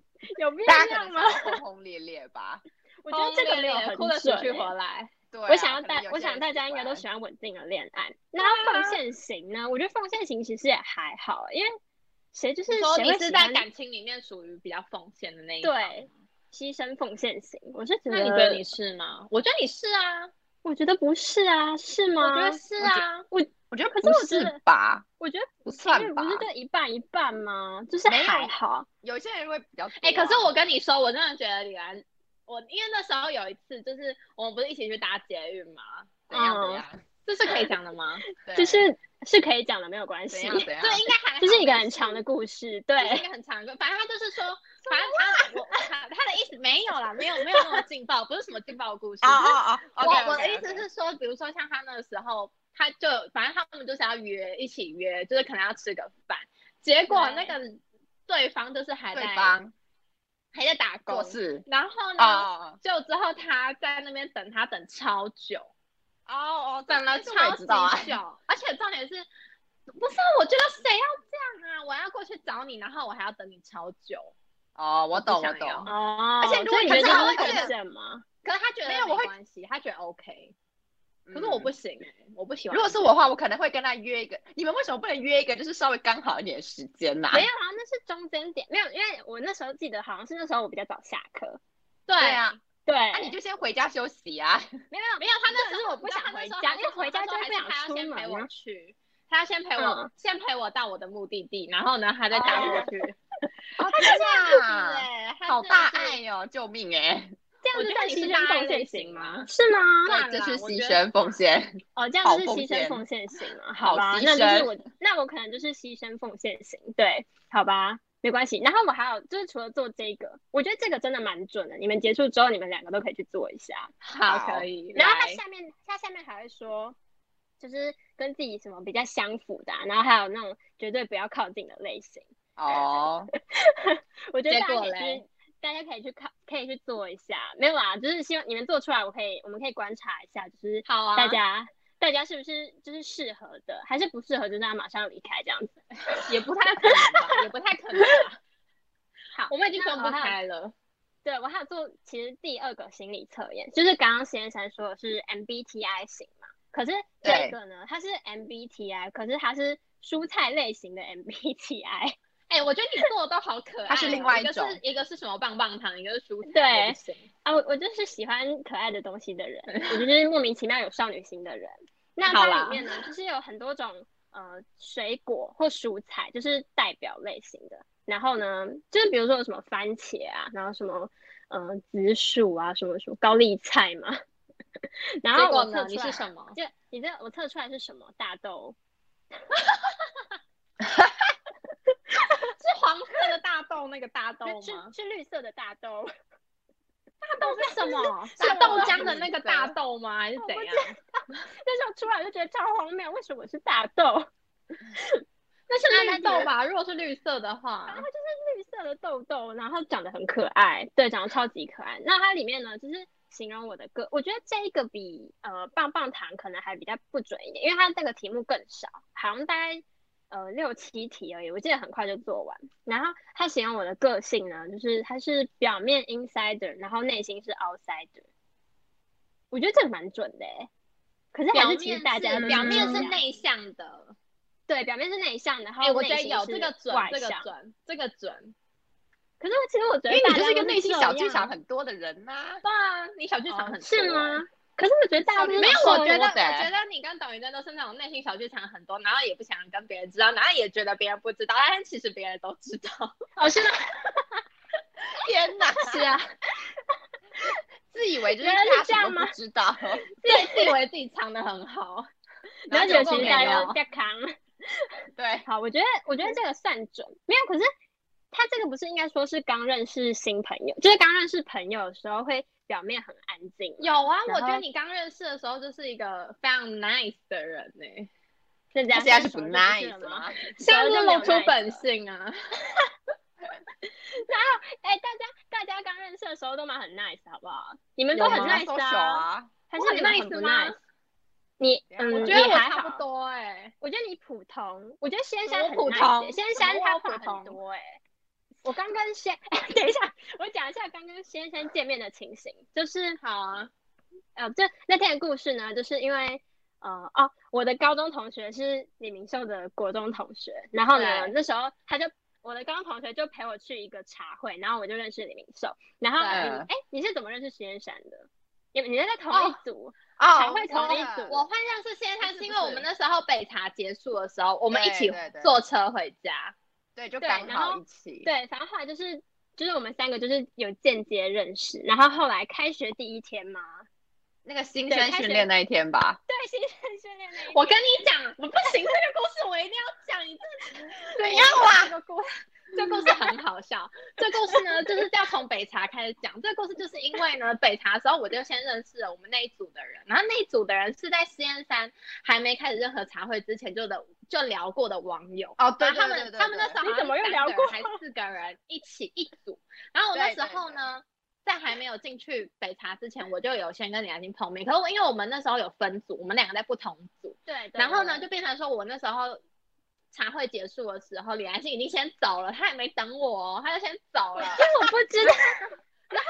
Speaker 3: 有必要
Speaker 2: 大
Speaker 3: 这
Speaker 2: 家可
Speaker 3: 样
Speaker 2: 能
Speaker 3: 吗？
Speaker 2: 想要轰轰烈烈吧？
Speaker 3: 我觉得这个没有
Speaker 1: 轰轰烈烈
Speaker 3: 很
Speaker 1: 哭得死
Speaker 3: 准
Speaker 1: 去
Speaker 3: 欸
Speaker 1: 活来。
Speaker 2: 对啊，
Speaker 3: 我想要
Speaker 2: 可能
Speaker 3: 大
Speaker 2: 有，些
Speaker 3: 我想
Speaker 2: 人
Speaker 3: 大家应该都
Speaker 2: 喜
Speaker 3: 喜欢稳定的恋爱。然后奉献型呢，我觉得奉献型其实也还好，因为谁就是
Speaker 1: 你说
Speaker 3: 谁
Speaker 1: 你
Speaker 3: 会
Speaker 1: 是
Speaker 3: 喜
Speaker 1: 在
Speaker 3: 欢
Speaker 1: 感情里面属于比较奉献的那一方，
Speaker 3: 对牺牲奉献型，我是觉
Speaker 1: 那你觉得你是吗？我觉得你是啊，
Speaker 3: 我觉得不是啊，是吗？
Speaker 1: 我觉得是啊，
Speaker 3: 我
Speaker 2: 我觉得
Speaker 3: 可
Speaker 2: 不
Speaker 3: 是我觉
Speaker 2: 是
Speaker 3: 得
Speaker 2: 吧？
Speaker 3: 我觉得
Speaker 2: 不
Speaker 3: 情
Speaker 2: 算
Speaker 3: 侣
Speaker 2: 吧
Speaker 3: 不是就一半一半吗？就是
Speaker 2: 没有
Speaker 3: 还好，
Speaker 2: 有些人会比较多啊、
Speaker 1: 哎、可是我跟你说，我真的觉得李兰，我因为那时候有一次，就是我们不是一起去搭捷运吗？
Speaker 2: 怎样怎
Speaker 3: 嗯
Speaker 2: 样，
Speaker 1: 这是可以讲的吗？
Speaker 2: 对
Speaker 3: 就是是可以讲的，没有关
Speaker 2: 怎
Speaker 3: 系
Speaker 2: 样。怎样
Speaker 1: 这，应该还好
Speaker 3: 这是一个很长的故事，对，
Speaker 1: 就是一个很长的，反正他就是说，反正他我他他的意思没有啦，没有没有那么劲爆，不是什么劲爆的故事。
Speaker 3: 哦
Speaker 2: 啊
Speaker 1: 就是
Speaker 2: 啊啊！
Speaker 1: 我
Speaker 2: OK，OK，OK
Speaker 1: 我的意思是说，比如说像他那个时候，他就反正他们就是要约一起约，就是可能要吃个饭，结果那个对方就是还在嗯
Speaker 2: 对方
Speaker 1: 还在打工
Speaker 2: 做，事
Speaker 1: 然后呢，
Speaker 2: 哦
Speaker 1: 就之后他在那边等他等超久，
Speaker 2: 哦哦，
Speaker 1: 等了
Speaker 2: 这个我
Speaker 1: 超
Speaker 2: 也
Speaker 1: 级
Speaker 2: 知
Speaker 1: 久，
Speaker 2: 道啊
Speaker 1: 而且重点是，不是我觉得谁要这样啊？我要过去找你，然后我还要等你超久。
Speaker 2: 哦，我
Speaker 1: 不
Speaker 2: 懂我
Speaker 1: 想
Speaker 2: 懂
Speaker 1: 要，
Speaker 3: 哦，
Speaker 1: 而且如果
Speaker 3: 所以你觉
Speaker 1: 可是
Speaker 3: 得这
Speaker 1: 我会
Speaker 3: 是
Speaker 1: 觉
Speaker 3: 公
Speaker 1: 得
Speaker 3: 正吗？
Speaker 1: 可是他觉得
Speaker 2: 没有我会
Speaker 1: 关系，他觉得 OK，可是我不
Speaker 2: 嗯。
Speaker 1: 行哎、我不喜欢。
Speaker 2: 如果是我的话，我可能会跟他约一个。你们为什么不能约一个就是稍微刚好一点的时间呐、
Speaker 3: 没有啊，那是中间点，没有，因为我那时候记得好像是那时候我比较早下课，
Speaker 1: 对
Speaker 2: 对啊，
Speaker 3: 对，
Speaker 2: 那、你就先回家休息啊。
Speaker 1: 没有没有，他那
Speaker 3: 可
Speaker 1: 时
Speaker 3: 是
Speaker 1: 候
Speaker 3: 我不
Speaker 1: 你知道他
Speaker 3: 想
Speaker 1: 那
Speaker 3: 回
Speaker 1: 时候
Speaker 3: 家
Speaker 1: 还
Speaker 3: 因
Speaker 1: 说
Speaker 3: 为回家
Speaker 1: 他说
Speaker 3: 就
Speaker 1: 还
Speaker 3: 不
Speaker 1: 是
Speaker 3: 想
Speaker 1: 他要
Speaker 3: 出
Speaker 1: 先
Speaker 3: 门
Speaker 1: 陪我
Speaker 3: 啊
Speaker 1: 去，他要先陪我、
Speaker 3: 嗯
Speaker 1: 先陪我到我的目的地，然后呢，他再打
Speaker 2: 哦
Speaker 1: 我去。
Speaker 2: 哦
Speaker 1: 他
Speaker 2: 天
Speaker 1: 这样
Speaker 3: 啊
Speaker 1: 子
Speaker 2: 哪
Speaker 1: 哎、他
Speaker 2: 好
Speaker 1: 真的
Speaker 2: 大
Speaker 1: 是
Speaker 2: 爱哟、救命哎、
Speaker 3: 这样
Speaker 1: 我
Speaker 3: 子
Speaker 1: 觉
Speaker 3: 算
Speaker 1: 得你
Speaker 3: 牺
Speaker 1: 是
Speaker 3: 牲
Speaker 1: 大爱类
Speaker 3: 奉献
Speaker 1: 型
Speaker 3: 型
Speaker 1: 吗
Speaker 3: 吗？是吗？
Speaker 1: 算
Speaker 2: 对，这
Speaker 1: 了
Speaker 2: 是
Speaker 1: 我
Speaker 2: 牺
Speaker 1: 觉
Speaker 2: 牲奉献，
Speaker 3: 哦，这样
Speaker 2: 好
Speaker 3: 就是
Speaker 2: 奉
Speaker 3: 牺
Speaker 2: 献
Speaker 3: 牲奉献型啊，
Speaker 2: 好
Speaker 3: 吧，
Speaker 2: 牺
Speaker 3: 那就是
Speaker 2: 牲
Speaker 3: 我，那我可能就是牺牲奉献型，对，好吧，没关系。然后我还有就是除了做这个，我觉得这个真的蛮准的，你们结束之后你们两个都可以去做一下。
Speaker 1: 好
Speaker 2: 好
Speaker 1: 啊可以。
Speaker 3: 然后他
Speaker 1: 来
Speaker 3: 下面他下面还会说，就是跟自己什么比较相符的啊、然后还有那种绝对不要靠近的类型。
Speaker 2: 哦。
Speaker 3: 我觉得
Speaker 1: 结
Speaker 3: 大家
Speaker 1: 果
Speaker 3: 可以
Speaker 1: 嘞
Speaker 3: 去，大家可以去看，可以去做一下。没有啦，就是希望你们做出来，我可以，我们可以观察一下，就是
Speaker 1: 好啊，
Speaker 3: 大家、大家是不是就是适合的，还是不适合就让他马上离开这样子。
Speaker 1: 也不太可能吧，也不太可能 吧。
Speaker 3: 好，
Speaker 1: 我们已经
Speaker 3: 那
Speaker 1: 分不
Speaker 3: 我还有
Speaker 1: 开了。
Speaker 3: 对我还有做，其实第二个心理测验就是刚刚先生说的是 MBTI 型嘛，可是
Speaker 2: 对
Speaker 3: 这个呢，它是 MBTI，可是它是蔬菜类型的 MBTI，
Speaker 1: 哎、我觉得你做的都好可爱哦、
Speaker 2: 它是另外一
Speaker 1: 一个
Speaker 2: 种
Speaker 1: 是一个是什么棒棒糖，一个是蔬菜，
Speaker 3: 对
Speaker 1: 我不行
Speaker 3: 啊，我我就是喜欢可爱的东西的人，我 就是莫名其妙有少女心的人。那
Speaker 1: 好
Speaker 3: 它
Speaker 1: 啦
Speaker 3: 里面呢，就是有很多种呃水果或蔬菜，就是代表类型的。然后呢，就是比如说有什么番茄啊，然后什么嗯、呃紫薯啊，什么什么高丽菜嘛。 然
Speaker 1: 结
Speaker 3: 后
Speaker 1: 果
Speaker 3: 我测
Speaker 1: 呢？
Speaker 3: 出
Speaker 1: 你
Speaker 3: 来
Speaker 1: 是什么？
Speaker 3: 就你这我测出来是什么大豆？
Speaker 1: 是黄色的大豆那个大豆
Speaker 3: 是
Speaker 1: 吗？
Speaker 3: 是绿色的大豆，
Speaker 1: 大豆是什 么？
Speaker 2: 是
Speaker 1: 是
Speaker 2: 豆
Speaker 1: 豆浆
Speaker 2: 浆的
Speaker 1: 的
Speaker 2: 那
Speaker 1: 那个
Speaker 2: 个大
Speaker 1: 大豆吗？还是
Speaker 3: 怎
Speaker 1: 怎
Speaker 3: 样
Speaker 1: 样？
Speaker 3: 那时候出来就觉得超荒谬，为什么是大豆？
Speaker 1: 那是绿
Speaker 3: 那
Speaker 1: 豆吧？如果是绿色的话
Speaker 3: 然后，它就是绿色的豆豆，然后长得很可爱，对，长得超级可爱。那它里面呢，就是形容我的个，我觉得这一个比呃棒棒糖可能还比较不准一点，因为它这个题目更少，好像大概呃六七题而已，我记得很快就做完。然后它形容我的个性呢，就是它是表面 insider，然后内心是 outsider。我觉得这个蛮准的欸可是还
Speaker 1: 表
Speaker 3: 是其
Speaker 1: 面
Speaker 3: 实大家
Speaker 1: 是表面是
Speaker 3: 内。
Speaker 1: 内向的。
Speaker 3: 对，表面是内向，然后
Speaker 1: 哎，我觉
Speaker 3: 内
Speaker 1: 得
Speaker 3: 心
Speaker 1: 有
Speaker 3: 是
Speaker 1: 这个准
Speaker 3: 外，
Speaker 1: 这个
Speaker 3: 向
Speaker 1: 准，这个准。
Speaker 3: 可是我其实我觉
Speaker 2: 因为
Speaker 3: 得，
Speaker 2: 你就是一个内心小剧
Speaker 3: 剧
Speaker 2: 场
Speaker 3: 场，
Speaker 2: 很多的人呐、
Speaker 1: 对啊，你小剧场很多
Speaker 3: 是？吗？可是我觉得大家
Speaker 2: 小
Speaker 3: 都
Speaker 2: 剧
Speaker 3: 是
Speaker 1: 没有，
Speaker 2: 场
Speaker 1: 我
Speaker 3: 说
Speaker 1: 觉得
Speaker 2: 多
Speaker 1: 我
Speaker 2: 的
Speaker 1: 觉得你跟董宇臻都是那种内心小剧场很多，然后也不想跟别人知道，然后也觉得别人不知道，但是其实别人都知道。
Speaker 3: 哦，是吗？
Speaker 2: 天哪，
Speaker 1: 是啊，
Speaker 2: 自以为就是
Speaker 3: 原来是
Speaker 2: 大
Speaker 3: 这
Speaker 2: 家什
Speaker 3: 样
Speaker 2: 么
Speaker 3: 吗
Speaker 2: 都不知道，
Speaker 1: 对，自以为自己藏的很好。
Speaker 3: 然后
Speaker 2: 有
Speaker 3: 有其
Speaker 2: 共
Speaker 3: 实大
Speaker 2: 鸣
Speaker 3: 家
Speaker 2: 哦
Speaker 3: 都在扛。
Speaker 2: 对，
Speaker 3: 好，我觉得我觉得这个算准，没有。可是他这个不是应该说是刚认识新朋友，就是刚认识朋友的时候会表面很安静吗，
Speaker 1: 有啊，
Speaker 3: 然
Speaker 1: 我觉得
Speaker 3: 后
Speaker 1: 你刚认识的时候就是一个非常 nice 的人呢、
Speaker 3: 那这
Speaker 2: 他
Speaker 3: 样
Speaker 2: 现在
Speaker 3: 那
Speaker 2: 是
Speaker 3: 时
Speaker 2: 不
Speaker 3: 候就了
Speaker 2: nice
Speaker 3: 吗？
Speaker 2: 吗？
Speaker 1: 现在就
Speaker 3: 就没有
Speaker 1: 露出
Speaker 3: nice
Speaker 1: 本
Speaker 3: 了
Speaker 1: 性啊。
Speaker 3: 哎、大家大家刚认识的时候都蛮很 nice，好不好？你们
Speaker 2: 有
Speaker 3: 都很
Speaker 2: 吗
Speaker 3: nice
Speaker 2: ？social 啊，
Speaker 3: 还
Speaker 1: 我
Speaker 3: 是
Speaker 1: 很
Speaker 3: 你们很
Speaker 1: nice
Speaker 3: 不
Speaker 1: 吗
Speaker 3: nice？你
Speaker 2: 怎样
Speaker 3: 嗯，
Speaker 1: 我觉
Speaker 3: 你
Speaker 1: 得我
Speaker 3: 还
Speaker 1: 差不
Speaker 3: 好
Speaker 1: 多哎、
Speaker 3: 我觉得你普通，我觉得仙
Speaker 1: 嗯
Speaker 3: 山
Speaker 1: 我
Speaker 3: 很
Speaker 1: 普
Speaker 3: nice
Speaker 1: 通
Speaker 3: 欸仙
Speaker 1: 什
Speaker 3: 山
Speaker 1: 么
Speaker 3: 他
Speaker 1: 我普
Speaker 3: 话很
Speaker 1: 通
Speaker 3: 多哎、我刚跟仙， 等一下，我讲一下刚跟仙山见面的情形，就是
Speaker 1: 好啊，
Speaker 3: 呃，这那天的故事呢，就是因为呃哦，我的高中同学是李明秀的国中同学，然后呢，
Speaker 1: 对
Speaker 3: 那时候他就我的高中同学就陪我去一个茶会，然后我就认识李明秀，然后嗯
Speaker 1: 对
Speaker 3: 哎、诶你是怎么认识仙山的？你们你们在同一
Speaker 1: 哦
Speaker 3: 组，才
Speaker 2: 哦，
Speaker 3: 会同一组
Speaker 1: 我会认识线
Speaker 2: 不
Speaker 1: 上
Speaker 2: 是
Speaker 1: 是因
Speaker 2: 不
Speaker 1: 为我
Speaker 2: 是
Speaker 1: 们那时候北茶结束的时候，我们一
Speaker 2: 对
Speaker 1: 起
Speaker 2: 对对
Speaker 1: 坐车回家。
Speaker 2: 对，就
Speaker 3: 对
Speaker 2: 刚
Speaker 3: 然
Speaker 2: 好
Speaker 3: 后
Speaker 2: 一起。
Speaker 3: 对，反正后来就是就是我们三个就是有间接认识，然后后来开学第一天嘛，
Speaker 2: 那个新
Speaker 3: 对
Speaker 2: 生
Speaker 3: 开
Speaker 2: 训
Speaker 3: 学
Speaker 2: 练那一天吧，
Speaker 3: 对新生训练那一
Speaker 1: 我
Speaker 3: 天
Speaker 1: 跟你讲，我不行，这个故事我一定要讲，你这
Speaker 2: 怎
Speaker 1: 我
Speaker 2: 样
Speaker 1: 这个
Speaker 2: 啦？
Speaker 1: 故事，这故事很好笑。这故事呢，就是要从北茶开始讲。这故事就是因为呢，北茶的时候我就先认识了我们那一组的人，然后那一组的人是在实验山还没开始任何茶会之前就的就聊过的网友。
Speaker 2: 哦，对
Speaker 1: 然
Speaker 2: 对
Speaker 1: 后他
Speaker 2: 对对
Speaker 1: 们
Speaker 2: 对，
Speaker 1: 他们那时候
Speaker 2: 候
Speaker 1: 好像
Speaker 3: 你怎么又
Speaker 1: 三
Speaker 3: 聊
Speaker 1: 个人
Speaker 3: 过
Speaker 1: 还四个人一起一组，然后我那
Speaker 2: 对
Speaker 1: 时
Speaker 2: 对
Speaker 1: 候
Speaker 2: 对
Speaker 1: 呢，在还没有进去北茶之前，我就有先跟李安心碰面。可是我因为我们那时候有分组，我们两个在不同组，
Speaker 3: 对，对
Speaker 1: 然后呢
Speaker 3: 对
Speaker 1: 就变成说我那时候茶会结束的时候，李安心已经先走了，他也没等我、哦，他就先走
Speaker 3: 我
Speaker 1: 了。
Speaker 3: 我不知道，
Speaker 1: 我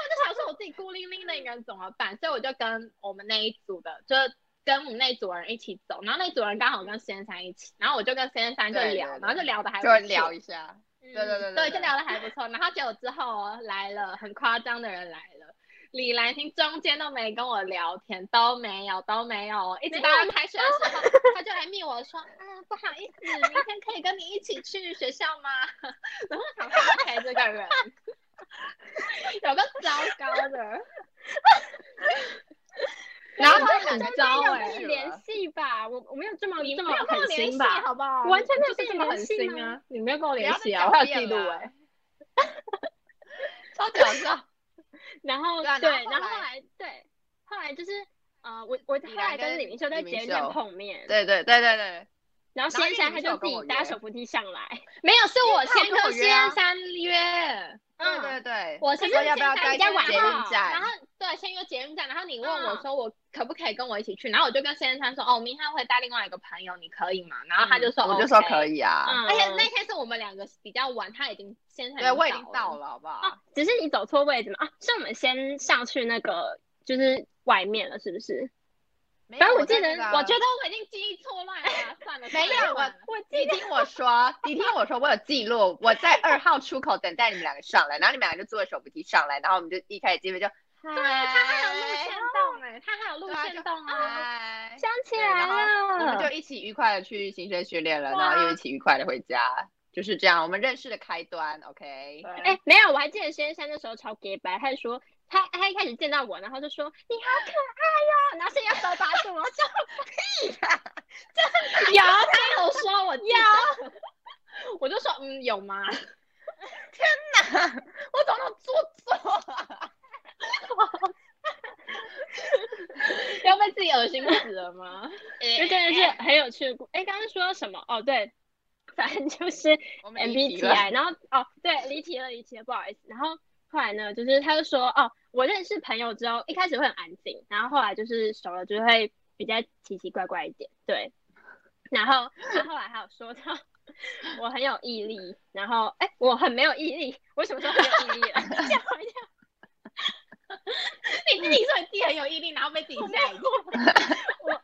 Speaker 1: 就想说我自己孤零零的一个人怎么办？所以我就跟我们那一组的，就是跟我们那一组人一起走，然后那一组人刚好跟先生一起，然后我就跟先生就
Speaker 2: 对对
Speaker 1: 聊，
Speaker 2: 对
Speaker 1: 然后就聊的还
Speaker 2: 就会
Speaker 1: 不错
Speaker 2: 聊一下，
Speaker 3: 对
Speaker 2: 对对对
Speaker 1: 嗯对，就聊得还不错。然后结果之后哦来了很夸张的人来了，李兰心中间都没跟我聊天，都没有都没有哦，一直到要开学的时候， 他就来密我说，嗯，不好意思，明天可以跟你一起去学校吗？ 然后我想说，OK，这个人有个糟糕 的，
Speaker 2: 然后
Speaker 1: 他
Speaker 2: 就
Speaker 1: 很
Speaker 2: 很
Speaker 1: 糟
Speaker 2: 对
Speaker 1: 哎、
Speaker 2: 去了
Speaker 3: 联系吧，我我没有这么
Speaker 1: 你
Speaker 3: 这
Speaker 1: 没
Speaker 3: 么
Speaker 1: 有跟我
Speaker 3: 狠
Speaker 1: 联
Speaker 3: 心
Speaker 1: 系
Speaker 2: 啊
Speaker 3: 吧，
Speaker 1: 好不好？
Speaker 3: 完全没有
Speaker 1: 你就是
Speaker 3: 跟
Speaker 1: 这
Speaker 3: 我
Speaker 1: 么
Speaker 3: 联
Speaker 1: 狠
Speaker 3: 系
Speaker 1: 心
Speaker 3: 吗
Speaker 1: 啊！你没有跟我
Speaker 2: 不
Speaker 1: 联
Speaker 2: 要再
Speaker 1: 系啊，
Speaker 2: 狡
Speaker 1: 我还有
Speaker 2: 辩
Speaker 1: 记录
Speaker 2: 了
Speaker 1: 哎、
Speaker 2: 超搞笑。
Speaker 3: 然后
Speaker 2: 对啊然
Speaker 3: 对，
Speaker 2: 后
Speaker 3: 然
Speaker 2: 后
Speaker 3: 后后来对，后来就是呃，我我后
Speaker 2: 兰
Speaker 3: 来跟
Speaker 2: 跟
Speaker 3: 李明秀在
Speaker 2: 李明
Speaker 3: 捷运站
Speaker 2: 秀
Speaker 3: 碰面，
Speaker 2: 对对对对对，然
Speaker 3: 然后
Speaker 2: 后因
Speaker 3: 先
Speaker 2: 为李明秀
Speaker 3: 生他就
Speaker 2: 有
Speaker 3: 自
Speaker 2: 跟
Speaker 3: 己
Speaker 2: 我
Speaker 3: 搭
Speaker 2: 约
Speaker 3: 手扶梯上来，
Speaker 1: 没有，是我
Speaker 2: 他有
Speaker 1: 先
Speaker 2: 跟我
Speaker 1: 跟
Speaker 2: 约啊
Speaker 1: 先生约。
Speaker 2: 对
Speaker 3: 嗯，
Speaker 2: 对对，
Speaker 1: 我
Speaker 2: 他
Speaker 1: 先
Speaker 2: 说要不要
Speaker 1: 先在
Speaker 2: 该
Speaker 1: 比较晚
Speaker 2: 捷运
Speaker 3: 到
Speaker 1: 然
Speaker 2: 站
Speaker 1: 后？对，先约捷运站，然后你问我
Speaker 3: 嗯
Speaker 1: 说我可不可以跟我一起去，然后我就跟先生说，哦，我明天会带另外一个朋友，你可以吗？然后他就说，
Speaker 2: 嗯我就说
Speaker 1: OK
Speaker 2: 可。以啊，
Speaker 3: 嗯，
Speaker 1: 而且那天是我们两个比较晚，他已经先生
Speaker 2: 对我已经
Speaker 1: 到
Speaker 2: 到
Speaker 1: 了，
Speaker 2: 了，好不好？
Speaker 3: 哦，只是你走错位置嘛？啊，是我们先上去那个就是外面了，是不是？
Speaker 2: 没
Speaker 3: 反
Speaker 2: 有
Speaker 3: 正我记
Speaker 2: 在
Speaker 3: 得
Speaker 2: 那个啊
Speaker 1: 我觉得我已经记忆错乱了啊，算了，
Speaker 2: 没有
Speaker 1: 算了算了
Speaker 3: 我
Speaker 2: 你
Speaker 3: 记得
Speaker 2: 听我说，你听我说，我有记录，我在二号出口等待你们两个上来，然后你们两个就坐着手扶梯上来，然后我们就一开始见面就
Speaker 1: 对，啊他还有路线
Speaker 2: 嗨，
Speaker 1: 动哎，他还有路
Speaker 2: 对啊
Speaker 1: 线
Speaker 2: 就
Speaker 1: 动啊，
Speaker 2: 嗨，
Speaker 3: 想起
Speaker 2: 对
Speaker 3: 来
Speaker 2: 然后我们
Speaker 3: 了
Speaker 2: 就，一起愉快的去新生训练了，
Speaker 3: 哇
Speaker 2: 然后又一起愉快的回家，就是这样，我们认识的开端，OK。
Speaker 3: 哎、
Speaker 1: 哎，
Speaker 3: 没有，我还记得先生那时候超 gay 白，他就说他他一开始见到我，然后就说你好可爱哟、哦然后现在要手把住我， 就
Speaker 1: 有他有说我有， 我就说嗯有吗？
Speaker 2: 我怎么那么做作啊？
Speaker 1: 要被自己恶心死了 吗？
Speaker 3: 就真的是很有趣的故。哎、刚刚说什么？哦，对，反正就是
Speaker 2: 我们离题了
Speaker 3: MBTI，然后哦，对，离题了，离题了，不好意思。然后后来呢，就是他就说，哦，我认识朋友之后，一开始会很安静，然后后来就是熟了，就会比较奇奇怪怪一点，对。然后 他后来还有说到，哦哎我很有毅力，然后哎，我很没有毅力，我什么时候很有毅力了？吓我一跳，
Speaker 1: 哎你自己说你自己很有毅力，然后被自己吓一跳，
Speaker 3: 我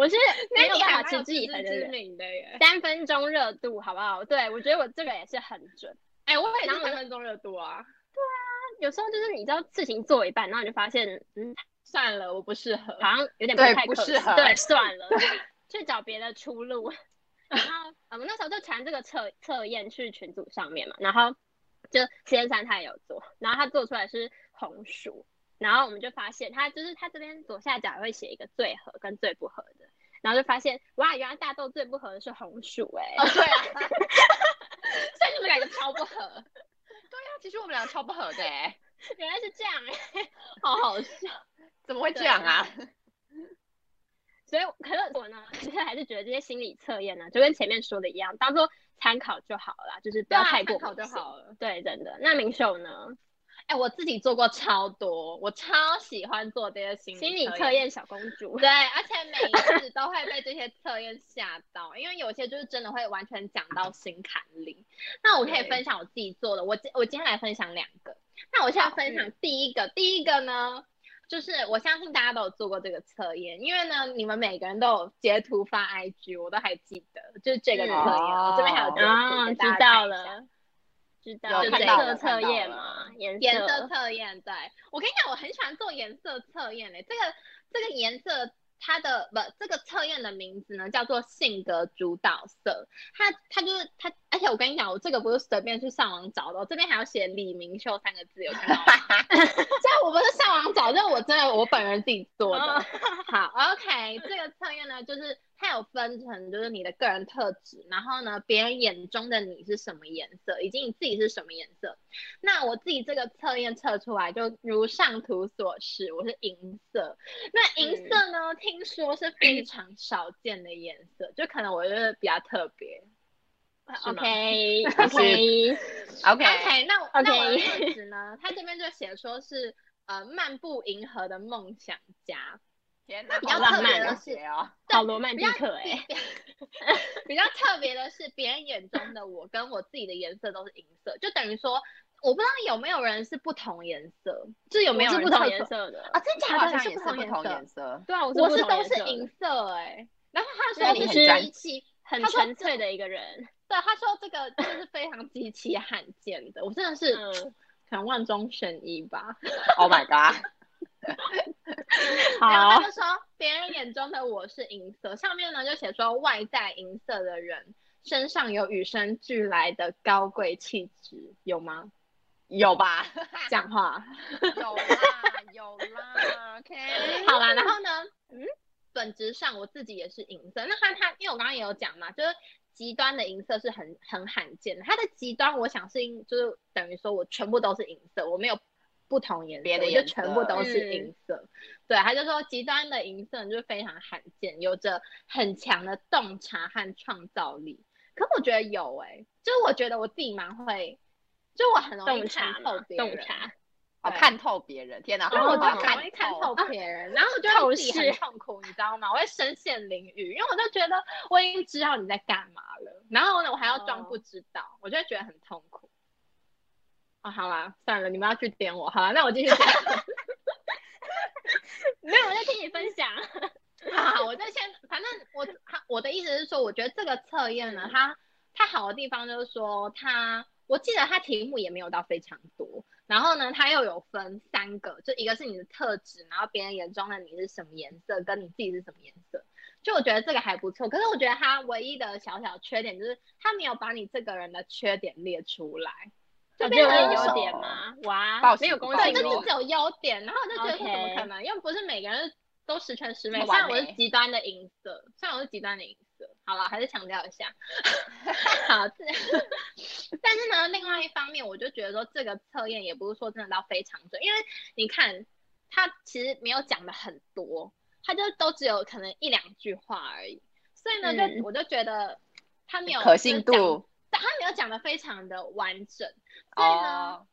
Speaker 3: 我是没有办法持之以恒的
Speaker 1: 知
Speaker 3: 人。
Speaker 1: 名的耶。
Speaker 3: 三分钟热度，好不好？对我觉得我这个也是很准。
Speaker 1: 哎、我也
Speaker 3: 然
Speaker 1: 是
Speaker 3: 后我
Speaker 1: 三
Speaker 3: 就
Speaker 1: 分钟热度啊。
Speaker 3: 有时候就是你知道事情做一半，然后你就发现，嗯，
Speaker 1: 算了，我不适合。
Speaker 3: 好像有点
Speaker 2: 对
Speaker 3: 太
Speaker 2: 不
Speaker 3: 可
Speaker 2: 适合
Speaker 3: 行对，算了，去找别的出路。 然后呃我们那时候就传这个测测验去群组上面嘛，然后就先生他也有做，然后他做出来是红薯，然后我们就发现他就是他这边左下角会写一个最合跟最不合的，然后就发现哇，原来大豆最不合的是红薯哎、
Speaker 1: 哦，对啊，所以你们两个超不合，
Speaker 2: 其实我们两个超不合的哎，
Speaker 3: 原来是这样哎、
Speaker 1: 好好笑。
Speaker 2: 怎么会这样啊？
Speaker 3: 所以，可是我呢，其实还是觉得这些心理测验呢，就跟前面说的一样，当做参考就好了啦，就是不
Speaker 1: 对
Speaker 3: 要
Speaker 1: 啊，
Speaker 3: 太过
Speaker 1: 参考就
Speaker 3: 迷信。
Speaker 1: 好了。
Speaker 3: 对，真的。那明秀呢？
Speaker 1: 哎、我自己做过超多，我超喜欢做这些心
Speaker 3: 心理
Speaker 1: 测
Speaker 3: 测。验小公主。
Speaker 1: 对，而且每 一次都会被这些测验吓到，因为有些就是真的会完全讲到心坎里。那我可以
Speaker 2: 对
Speaker 1: 分享我自己做的，我今我今天来分享两个。那我现在分
Speaker 3: 嗯
Speaker 1: 享第一个，第一个呢，就是我相信大家都有做过这个测验，因为呢，你们每个人都有截图发 IG，我都还记得，就是这个测验，
Speaker 2: 嗯
Speaker 1: 我这边还有截图
Speaker 3: 啊，
Speaker 1: 给大家看一
Speaker 3: 知
Speaker 1: 下
Speaker 3: 道了。知道
Speaker 1: 有
Speaker 3: 颜
Speaker 1: 看到
Speaker 3: 色
Speaker 1: 了
Speaker 3: 测
Speaker 2: 看到
Speaker 3: 验
Speaker 2: 了
Speaker 3: 嘛？颜
Speaker 1: 颜色测验，对我跟你讲，我很喜欢做颜色测验诶、这个这个颜色它的不，这个测验的名字呢叫做性格主导色。它它就是它，而且我跟你讲，我这个不是随便去上网找的，哦我这边还要写李明秀三个字，有看到吗？ 这我不是上网找，这我真的我本人自己做的。
Speaker 3: 哦
Speaker 1: 好，OK，这个测验呢，就是它有分成，就是你的个人特质，然后呢，别人眼中的你是什么颜色，以及你自己是什么颜色。那我自己这个测验测出来，就如上图所示，我是银色。那银色呢，听说是非常少见的颜色，就可能我就是比较特别。啊
Speaker 2: 是吗
Speaker 3: OK
Speaker 2: 还是
Speaker 3: OK，
Speaker 2: OK，
Speaker 1: OK，那我那我的
Speaker 3: OK
Speaker 1: 特质呢，它这边就写说是呃漫步银河的梦想家。
Speaker 2: 天哪，
Speaker 1: 比
Speaker 3: 较
Speaker 2: 好浪
Speaker 3: 特别
Speaker 2: 漫
Speaker 1: 的
Speaker 2: 哦
Speaker 1: 是
Speaker 2: 姐哦，
Speaker 3: 好罗曼
Speaker 1: 比
Speaker 3: 蒂
Speaker 1: 较
Speaker 3: 克哎，
Speaker 1: 比较特别的是，别人眼中的我跟我自己的颜色都是银色，就等于说，我不知道有没有人是不同颜色，就是有没有
Speaker 3: 我
Speaker 1: 人
Speaker 3: 是不同
Speaker 1: 测
Speaker 3: 颜
Speaker 1: 出
Speaker 3: 色的
Speaker 1: 啊？真假
Speaker 2: 好
Speaker 1: 的？
Speaker 2: 像
Speaker 1: 你
Speaker 2: 也
Speaker 1: 是
Speaker 2: 是不同
Speaker 1: 颜
Speaker 2: 颜色，
Speaker 3: 对啊，我
Speaker 1: 我
Speaker 3: 是
Speaker 1: 是
Speaker 3: 不
Speaker 1: 都
Speaker 3: 同颜色
Speaker 1: 是
Speaker 3: 的
Speaker 1: 银色哎、然后
Speaker 3: 那
Speaker 1: 他
Speaker 3: 你
Speaker 1: 说
Speaker 3: 是
Speaker 1: 是机器，
Speaker 3: 很
Speaker 1: 他说
Speaker 3: 纯粹的一个人。
Speaker 1: 对，他说这个就是非常极其罕见的，我真的是、
Speaker 3: 嗯，
Speaker 1: 可能万中选一吧。
Speaker 2: Oh my god！
Speaker 1: 然后
Speaker 3: 好
Speaker 1: 他，就说，别人眼中的我是银色，上面呢就写说外在银色的人身上有与生俱来的高贵气质，有吗？
Speaker 2: 有 吧？
Speaker 1: 讲话。
Speaker 2: 有啦，有啦。OK，
Speaker 1: 好啦，然后呢，嗯，本质上我自己也是银色。那它它，因为我刚刚也有讲嘛，就是极端的银色是很很罕见的。它的极端，我想是因就是等于说我全部都是银色，我没有不同颜色，
Speaker 2: 别的
Speaker 1: 我就
Speaker 2: 颜色
Speaker 1: 全部都
Speaker 3: 嗯
Speaker 1: 是银色。对，他就说极端的银色就是非常罕见，有着很强的洞察和创造力。可我觉得有哎、就是我觉得我自己蛮会，就我很容易
Speaker 3: 洞察
Speaker 1: 看透
Speaker 3: 嘛，
Speaker 1: 别人，
Speaker 3: 洞察，
Speaker 2: 好
Speaker 1: 对
Speaker 2: 看透别人，天哪，
Speaker 1: 然后我就
Speaker 2: 好
Speaker 1: 很容易看
Speaker 2: 哦
Speaker 1: 透别人，然后我就会自己很痛苦，你知道吗？我会深陷囹圄，因为我就觉得我已经知道你在干嘛了，然后呢，我还要装不知道，我就会觉得很痛苦。啊、好啦，算了，你们要去点我，好啦，那我继续讲。
Speaker 3: 没有，我在听你分享。
Speaker 1: 好，我就先，反正我他我的意思是说，我觉得这个测验呢，它它好的地方就是说它。我记得它题目也没有到非常多，然后呢，它又有分三个，就一个是你的特质，然后别人眼中的你是什么颜色，跟你自己是什么颜色。就我觉得这个还不错，可是我觉得它唯一的小小缺点就是它没有把你这个人的缺点列出来，
Speaker 3: 我
Speaker 1: 就
Speaker 3: 只
Speaker 1: 变
Speaker 3: 有
Speaker 1: 成哦
Speaker 3: 问
Speaker 1: 就是
Speaker 3: 优
Speaker 1: 说
Speaker 3: 点吗？哇
Speaker 2: 报，
Speaker 3: 没有
Speaker 2: 喜不
Speaker 3: 公
Speaker 2: 报
Speaker 1: 对，
Speaker 3: 信
Speaker 1: 就
Speaker 2: 忧
Speaker 1: 是
Speaker 3: 哦
Speaker 1: 只。有优点，然后我就觉得
Speaker 3: OK
Speaker 1: 怎么可能？因为不是每个人都十全十美。
Speaker 2: 这么
Speaker 1: 虽然我
Speaker 2: 完
Speaker 1: 是
Speaker 2: 美
Speaker 1: 极端的银色，虽然我是极端的银色，好了，还是强调一下。 好，这 但是呢，另外一方面，我就觉得说这个测验也不是说真的到非常准，因为你看他其实没有讲的很多，他就都只有可能一两句话而已。所以呢，就、
Speaker 3: 嗯
Speaker 1: 我就觉得他没有
Speaker 2: 可信，
Speaker 1: 就是讲
Speaker 2: 度
Speaker 1: 但他没有讲的非常的完整。所以呢。
Speaker 2: 哦。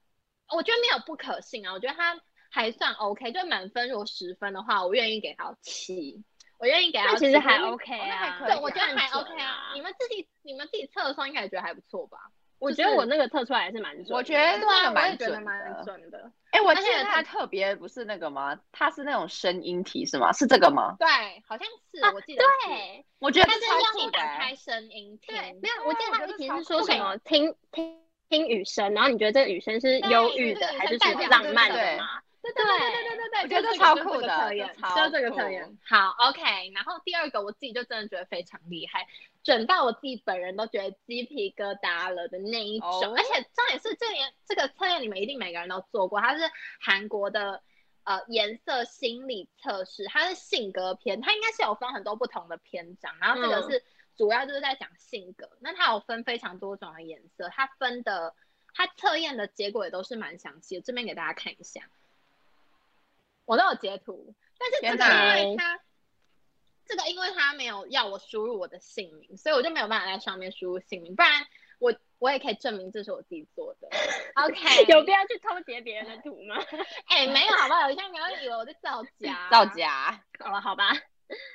Speaker 1: 我觉得没有不可信啊，我觉得他还算 OK，就满分如果十分的话，我愿意给到七，我愿意给到
Speaker 3: 那
Speaker 1: 七，
Speaker 3: 其实还
Speaker 1: 因为
Speaker 3: OK
Speaker 2: 那还
Speaker 3: 啊，
Speaker 2: 可以
Speaker 1: 对，
Speaker 2: 啊
Speaker 1: 我觉哦得还
Speaker 3: 算准
Speaker 1: OK 啊。你
Speaker 3: 啊。
Speaker 1: 们自己你们自己测的时候，应该也觉得还不错吧？
Speaker 3: 我
Speaker 1: 就
Speaker 3: 觉得
Speaker 1: 是
Speaker 3: 我那个测出来还是蛮准的。
Speaker 2: 我觉得
Speaker 1: 对
Speaker 2: 哎
Speaker 1: 啊，
Speaker 2: 那个
Speaker 1: 我也
Speaker 2: 蛮
Speaker 1: 觉得
Speaker 2: 准
Speaker 1: 蛮
Speaker 2: 的。
Speaker 1: 准的。
Speaker 2: 哎，我
Speaker 1: 而
Speaker 2: 记
Speaker 1: 且
Speaker 2: 得它特别不是那个吗？它是那种声音题是吗？是这个吗？
Speaker 1: 对，好像是，我记得是，
Speaker 3: 啊对，
Speaker 2: 我觉得
Speaker 1: 但是
Speaker 2: 超
Speaker 1: 要
Speaker 2: 酷
Speaker 1: 你
Speaker 2: 的
Speaker 1: 打
Speaker 2: 欸。
Speaker 1: 开啊声音听，
Speaker 3: 对，没有，我记得他
Speaker 2: 啊我觉
Speaker 3: 们
Speaker 2: 得
Speaker 3: 题
Speaker 2: 超
Speaker 3: 是说
Speaker 2: 酷
Speaker 3: 什
Speaker 2: 的
Speaker 3: 么听听听雨声，然后你觉得这个雨声是忧郁的
Speaker 1: 对
Speaker 3: 还是
Speaker 1: 这
Speaker 3: 什
Speaker 1: 个雨声
Speaker 3: 么
Speaker 1: 代表
Speaker 3: 浪漫
Speaker 2: 对
Speaker 3: 的吗？
Speaker 1: 对对对对对对对，
Speaker 2: 我觉得
Speaker 1: 就是
Speaker 2: 超
Speaker 1: 这个
Speaker 2: 酷
Speaker 1: 就是这个
Speaker 2: 的
Speaker 1: 测
Speaker 2: 这
Speaker 1: 验，
Speaker 2: 超
Speaker 1: 就是这个测
Speaker 2: 酷
Speaker 1: 验。好，OK。然后第二个，我自己就真的觉得非常厉害，准到我自己本人都觉得鸡皮疙瘩了的那一种。
Speaker 2: 哦
Speaker 1: 而且重点是，这年这个测验你们一定每个人都做过，它是韩国的。呃，颜色心理测试，它是性格篇，它应该是有分很多不同的篇章，然后这个
Speaker 3: 嗯
Speaker 1: 是主要就是在讲性格，那它有分非常多种的颜色，它分的它测验的结果也都是蛮详细的，这边给大家看一下。我都有截图，但是这
Speaker 2: 天
Speaker 1: 个
Speaker 3: 哪
Speaker 1: 因为它这个因为它没有要我输入我的姓名，所以我就没有办法在上面输入姓名，不然我我也可以证明这是我自己做的。OK，
Speaker 3: 有必要去偷截别人的图吗？
Speaker 1: 哎、没有好不好？有些人以为我在造假，
Speaker 2: 造。假，
Speaker 3: 好吧，好吧，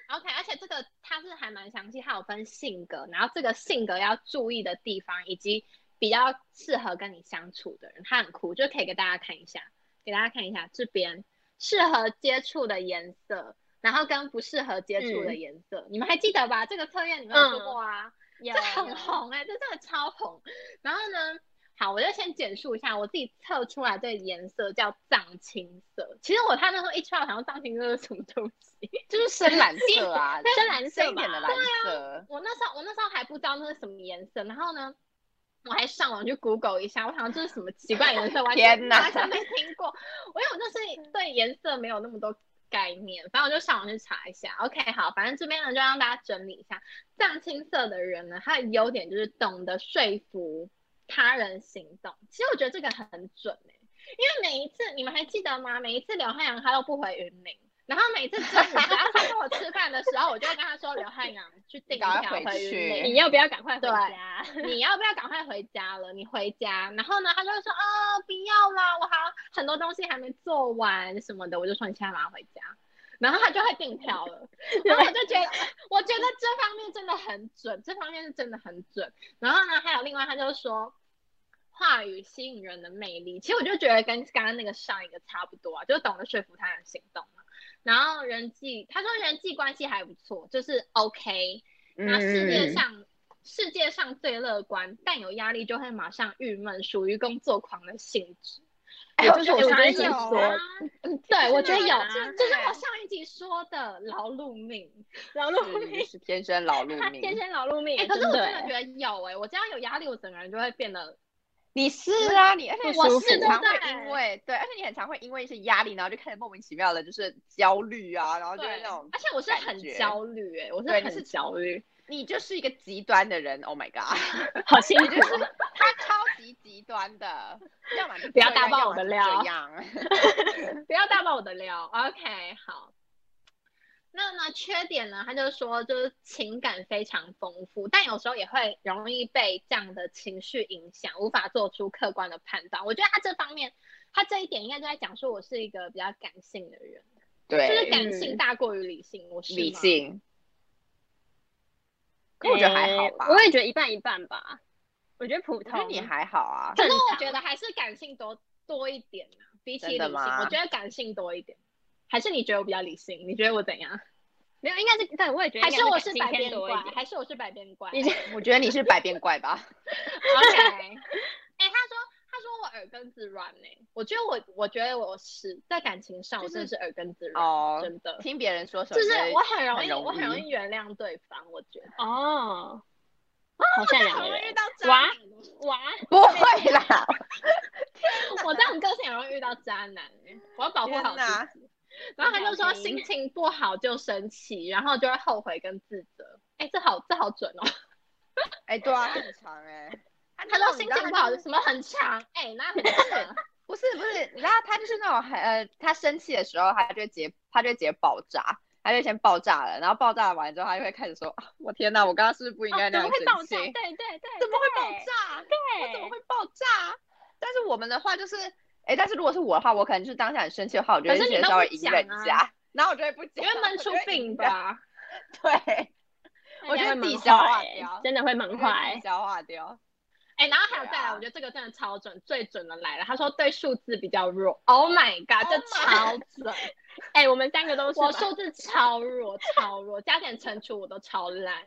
Speaker 1: OK，而且这个它是还蛮详细，它有分性格，然后这个性格要注意的地方，以及比较适合跟你相处的人，它很酷，就可以给大家看一下，给大家看一下这边适合接触的颜色，然后跟不适合接触的颜色，你们还记得吧？这个测验你们有做过啊？
Speaker 3: 有
Speaker 1: 这很红哎、这真的超红。然后呢，好，我就先简述一下我自己测出来的颜色叫藏青色。其实我他那时候一出来，我想说藏青色是什么东西？
Speaker 2: 就是 深蓝色啊，
Speaker 3: 深蓝色
Speaker 2: 深一
Speaker 3: 嘛
Speaker 2: 点的蓝
Speaker 1: 啊
Speaker 2: 色。
Speaker 1: 我那时候我那时候还不知道那是什么颜色，然后呢，我还上网去 Google 一下，我想这是什么奇怪颜色，完全
Speaker 2: 天哪
Speaker 1: 完全没听过。我因为我就是对颜色没有那么多概念，反正我就上网去查一下。OK，好，反正这边呢就让大家整理一下，藏青色的人呢，他的优点就是懂得说服他人行动。其实我觉得这个很准欸因为每一次你们还记得吗？每一次刘汉阳他都不回云林。然后每次真宇只要他跟我吃饭的时候，我就会跟他说：“刘汉阳，去订
Speaker 2: 赶快
Speaker 1: 票
Speaker 2: 回
Speaker 1: 回云
Speaker 2: 去
Speaker 1: 林
Speaker 3: 你要不要赶快回
Speaker 1: 对
Speaker 3: 家？
Speaker 1: 你要不要赶快回家了？你回家，然后呢，他就会说，啊、不要啦，我好像很多东西还没做完什么的，我就说你现在马上回家，然后他就会订票了。然后我就觉得，我觉得这方面真的很准，这方面是真的很准。然后呢，还有另外他就说。话语吸引人的魅力，其实我就觉得跟刚刚那个上一个差不多啊，就懂得说服他人行动嘛。然后人际，他说人际关系还不错，就是 OK，那世界
Speaker 2: 嗯，
Speaker 1: 上、世界上最乐观，但有压力就会马上郁闷，属于工作狂的性质。
Speaker 2: 哎
Speaker 1: 也
Speaker 2: 我
Speaker 1: 就是
Speaker 2: 觉得
Speaker 1: 我上
Speaker 2: 有
Speaker 1: 一集
Speaker 2: 啊
Speaker 1: 说的，嗯，对，我觉得
Speaker 3: 真的
Speaker 1: 有，
Speaker 3: 啊
Speaker 1: 就是我上一集说的劳碌命。
Speaker 3: 劳碌
Speaker 2: 是
Speaker 3: 命，
Speaker 2: 是天生劳
Speaker 3: 他
Speaker 2: 碌
Speaker 3: 天
Speaker 2: 命。
Speaker 3: 生劳碌命。欸
Speaker 1: 哎、可是我
Speaker 3: 真
Speaker 1: 真
Speaker 3: 的
Speaker 1: 的觉得有哎、我只要有压力，我整个人就会变得
Speaker 2: 你是啊，你而且
Speaker 1: 我
Speaker 2: 你
Speaker 1: 是
Speaker 2: 很
Speaker 1: 对
Speaker 2: 常
Speaker 1: 不对
Speaker 2: 会因为对，而且你很常会因为一些压力，然后就开始莫名其妙的，就是焦虑啊，然后就是
Speaker 1: 对，
Speaker 2: 那种
Speaker 1: 而且我是
Speaker 2: 感
Speaker 1: 很
Speaker 2: 觉
Speaker 1: 焦虑哎、我是
Speaker 2: 对你是
Speaker 1: 很焦虑。
Speaker 2: 你就是一个极端的人，Oh my god，
Speaker 3: 欸好辛
Speaker 2: 你
Speaker 3: 苦
Speaker 2: 就是
Speaker 3: 哦，
Speaker 2: 他超级极端的，要么就
Speaker 1: 不要
Speaker 2: 这
Speaker 1: 打
Speaker 2: 样
Speaker 1: 爆
Speaker 2: 要
Speaker 1: 我
Speaker 2: 么
Speaker 1: 的
Speaker 2: 就
Speaker 1: 料
Speaker 2: 这 样
Speaker 1: 不要大爆我的料。OK，好。那呢，缺点呢，他就说就是情感非常丰富，但有时候也会容易被这样的情绪影响，无法做出客观的判断。我觉得他这方面，他这一点应该就在讲说我是一个比较感性的人，就是
Speaker 2: 对，
Speaker 1: 感性大过于理性，我是
Speaker 2: 理
Speaker 1: 吗。嗯
Speaker 2: 性。可我觉得还好吧
Speaker 3: 欸，我也觉得一半一半吧。我觉得普
Speaker 2: 我觉得
Speaker 3: 通，
Speaker 2: 你还好啊。
Speaker 1: 可是我觉得还是感性多多一点啊，比起
Speaker 2: 真
Speaker 1: 理
Speaker 2: 的
Speaker 1: 性，
Speaker 2: 吗
Speaker 1: 我觉得感性多一点。还是你觉得我比较理性？你觉得我怎样？
Speaker 3: 没有，应该是对，我也觉得
Speaker 1: 还
Speaker 3: 应
Speaker 1: 是
Speaker 3: 该
Speaker 1: 我
Speaker 3: 是
Speaker 1: 是百
Speaker 3: 感性偏
Speaker 1: 变
Speaker 3: 多
Speaker 1: 怪
Speaker 3: 一？点。
Speaker 1: 还是我是百变怪？
Speaker 3: 你是
Speaker 2: 我觉得你是百变怪 吧？
Speaker 1: OK，哎、 他说他说我耳根子软呢、我觉得我我觉得我是在感情上，我
Speaker 2: 就是
Speaker 1: 真的是耳根子软，
Speaker 2: 哦，
Speaker 1: 真的，
Speaker 2: 听别人说什
Speaker 1: 就
Speaker 2: 么
Speaker 1: 是
Speaker 2: 觉得
Speaker 1: 我很容易
Speaker 2: 容
Speaker 1: 我很容
Speaker 2: 易
Speaker 1: 易原谅对方，我觉得。
Speaker 3: 哦，好善良
Speaker 1: 很
Speaker 3: 的
Speaker 1: 容易遇
Speaker 3: 人
Speaker 1: 到
Speaker 3: 哇
Speaker 1: 渣男，
Speaker 3: 哇，
Speaker 2: 不会 啦，
Speaker 1: 我这种个性很容易遇到渣男欸、我要保护好
Speaker 2: 啊天哪
Speaker 1: 自己。然后他就说
Speaker 3: 不小心
Speaker 1: 心情不好就生气，然后就会后悔跟自责。哎、这好这好准哦。
Speaker 2: 哎，对啊，很长哎。啊
Speaker 1: 他说
Speaker 2: 那种你
Speaker 1: 心
Speaker 2: 知道
Speaker 1: 情不
Speaker 2: 他
Speaker 1: 好
Speaker 2: 就是
Speaker 1: 什么很长，哎、那很 长。
Speaker 2: 不是不是，你知道他就是那种很呃，他生气的时候，他就会直接他就会直接爆炸，他就先爆炸了，然后爆炸完之后，他就会开始说：“啊我天哪，我刚刚是不是不应该
Speaker 3: 哦
Speaker 2: 那
Speaker 3: 怎么
Speaker 2: 样
Speaker 3: 会爆
Speaker 2: 生
Speaker 3: 炸？对
Speaker 2: 气？
Speaker 3: 对对，
Speaker 2: 怎么会爆
Speaker 3: 对？
Speaker 2: 炸？
Speaker 3: 对，
Speaker 2: 我怎么会爆炸？”但是我们的话就是，哎，但是如果是我的话，我可能就是当下很生气的话，我就会
Speaker 1: 可是你
Speaker 2: 先
Speaker 1: 都
Speaker 2: 稍
Speaker 1: 不
Speaker 2: 微隐
Speaker 1: 讲
Speaker 2: 忍
Speaker 1: 啊
Speaker 2: 一下，然后我就会不
Speaker 1: 因
Speaker 2: 讲，
Speaker 1: 为闷
Speaker 2: 我
Speaker 1: 出
Speaker 2: 就会
Speaker 1: 病
Speaker 2: 隐忍。
Speaker 1: 吧。
Speaker 2: 对，我
Speaker 3: 大
Speaker 2: 觉
Speaker 3: 家
Speaker 2: 得
Speaker 3: 会
Speaker 2: 自己
Speaker 3: 萌
Speaker 2: 消
Speaker 3: 化
Speaker 2: 化
Speaker 3: 欸
Speaker 2: 掉
Speaker 3: 真的会萌化欸。
Speaker 2: 消化掉。
Speaker 1: 哎、然后还有
Speaker 2: 对
Speaker 1: 再来，
Speaker 2: 啊
Speaker 1: 我觉得这个真的超准，最准的来了。他说对数字比较弱，Oh my god，这
Speaker 2: Oh
Speaker 1: 超
Speaker 2: my
Speaker 1: 准！
Speaker 3: 哎，我们三个都是吧，
Speaker 1: 我数字超弱，超弱，加减乘除我都超烂，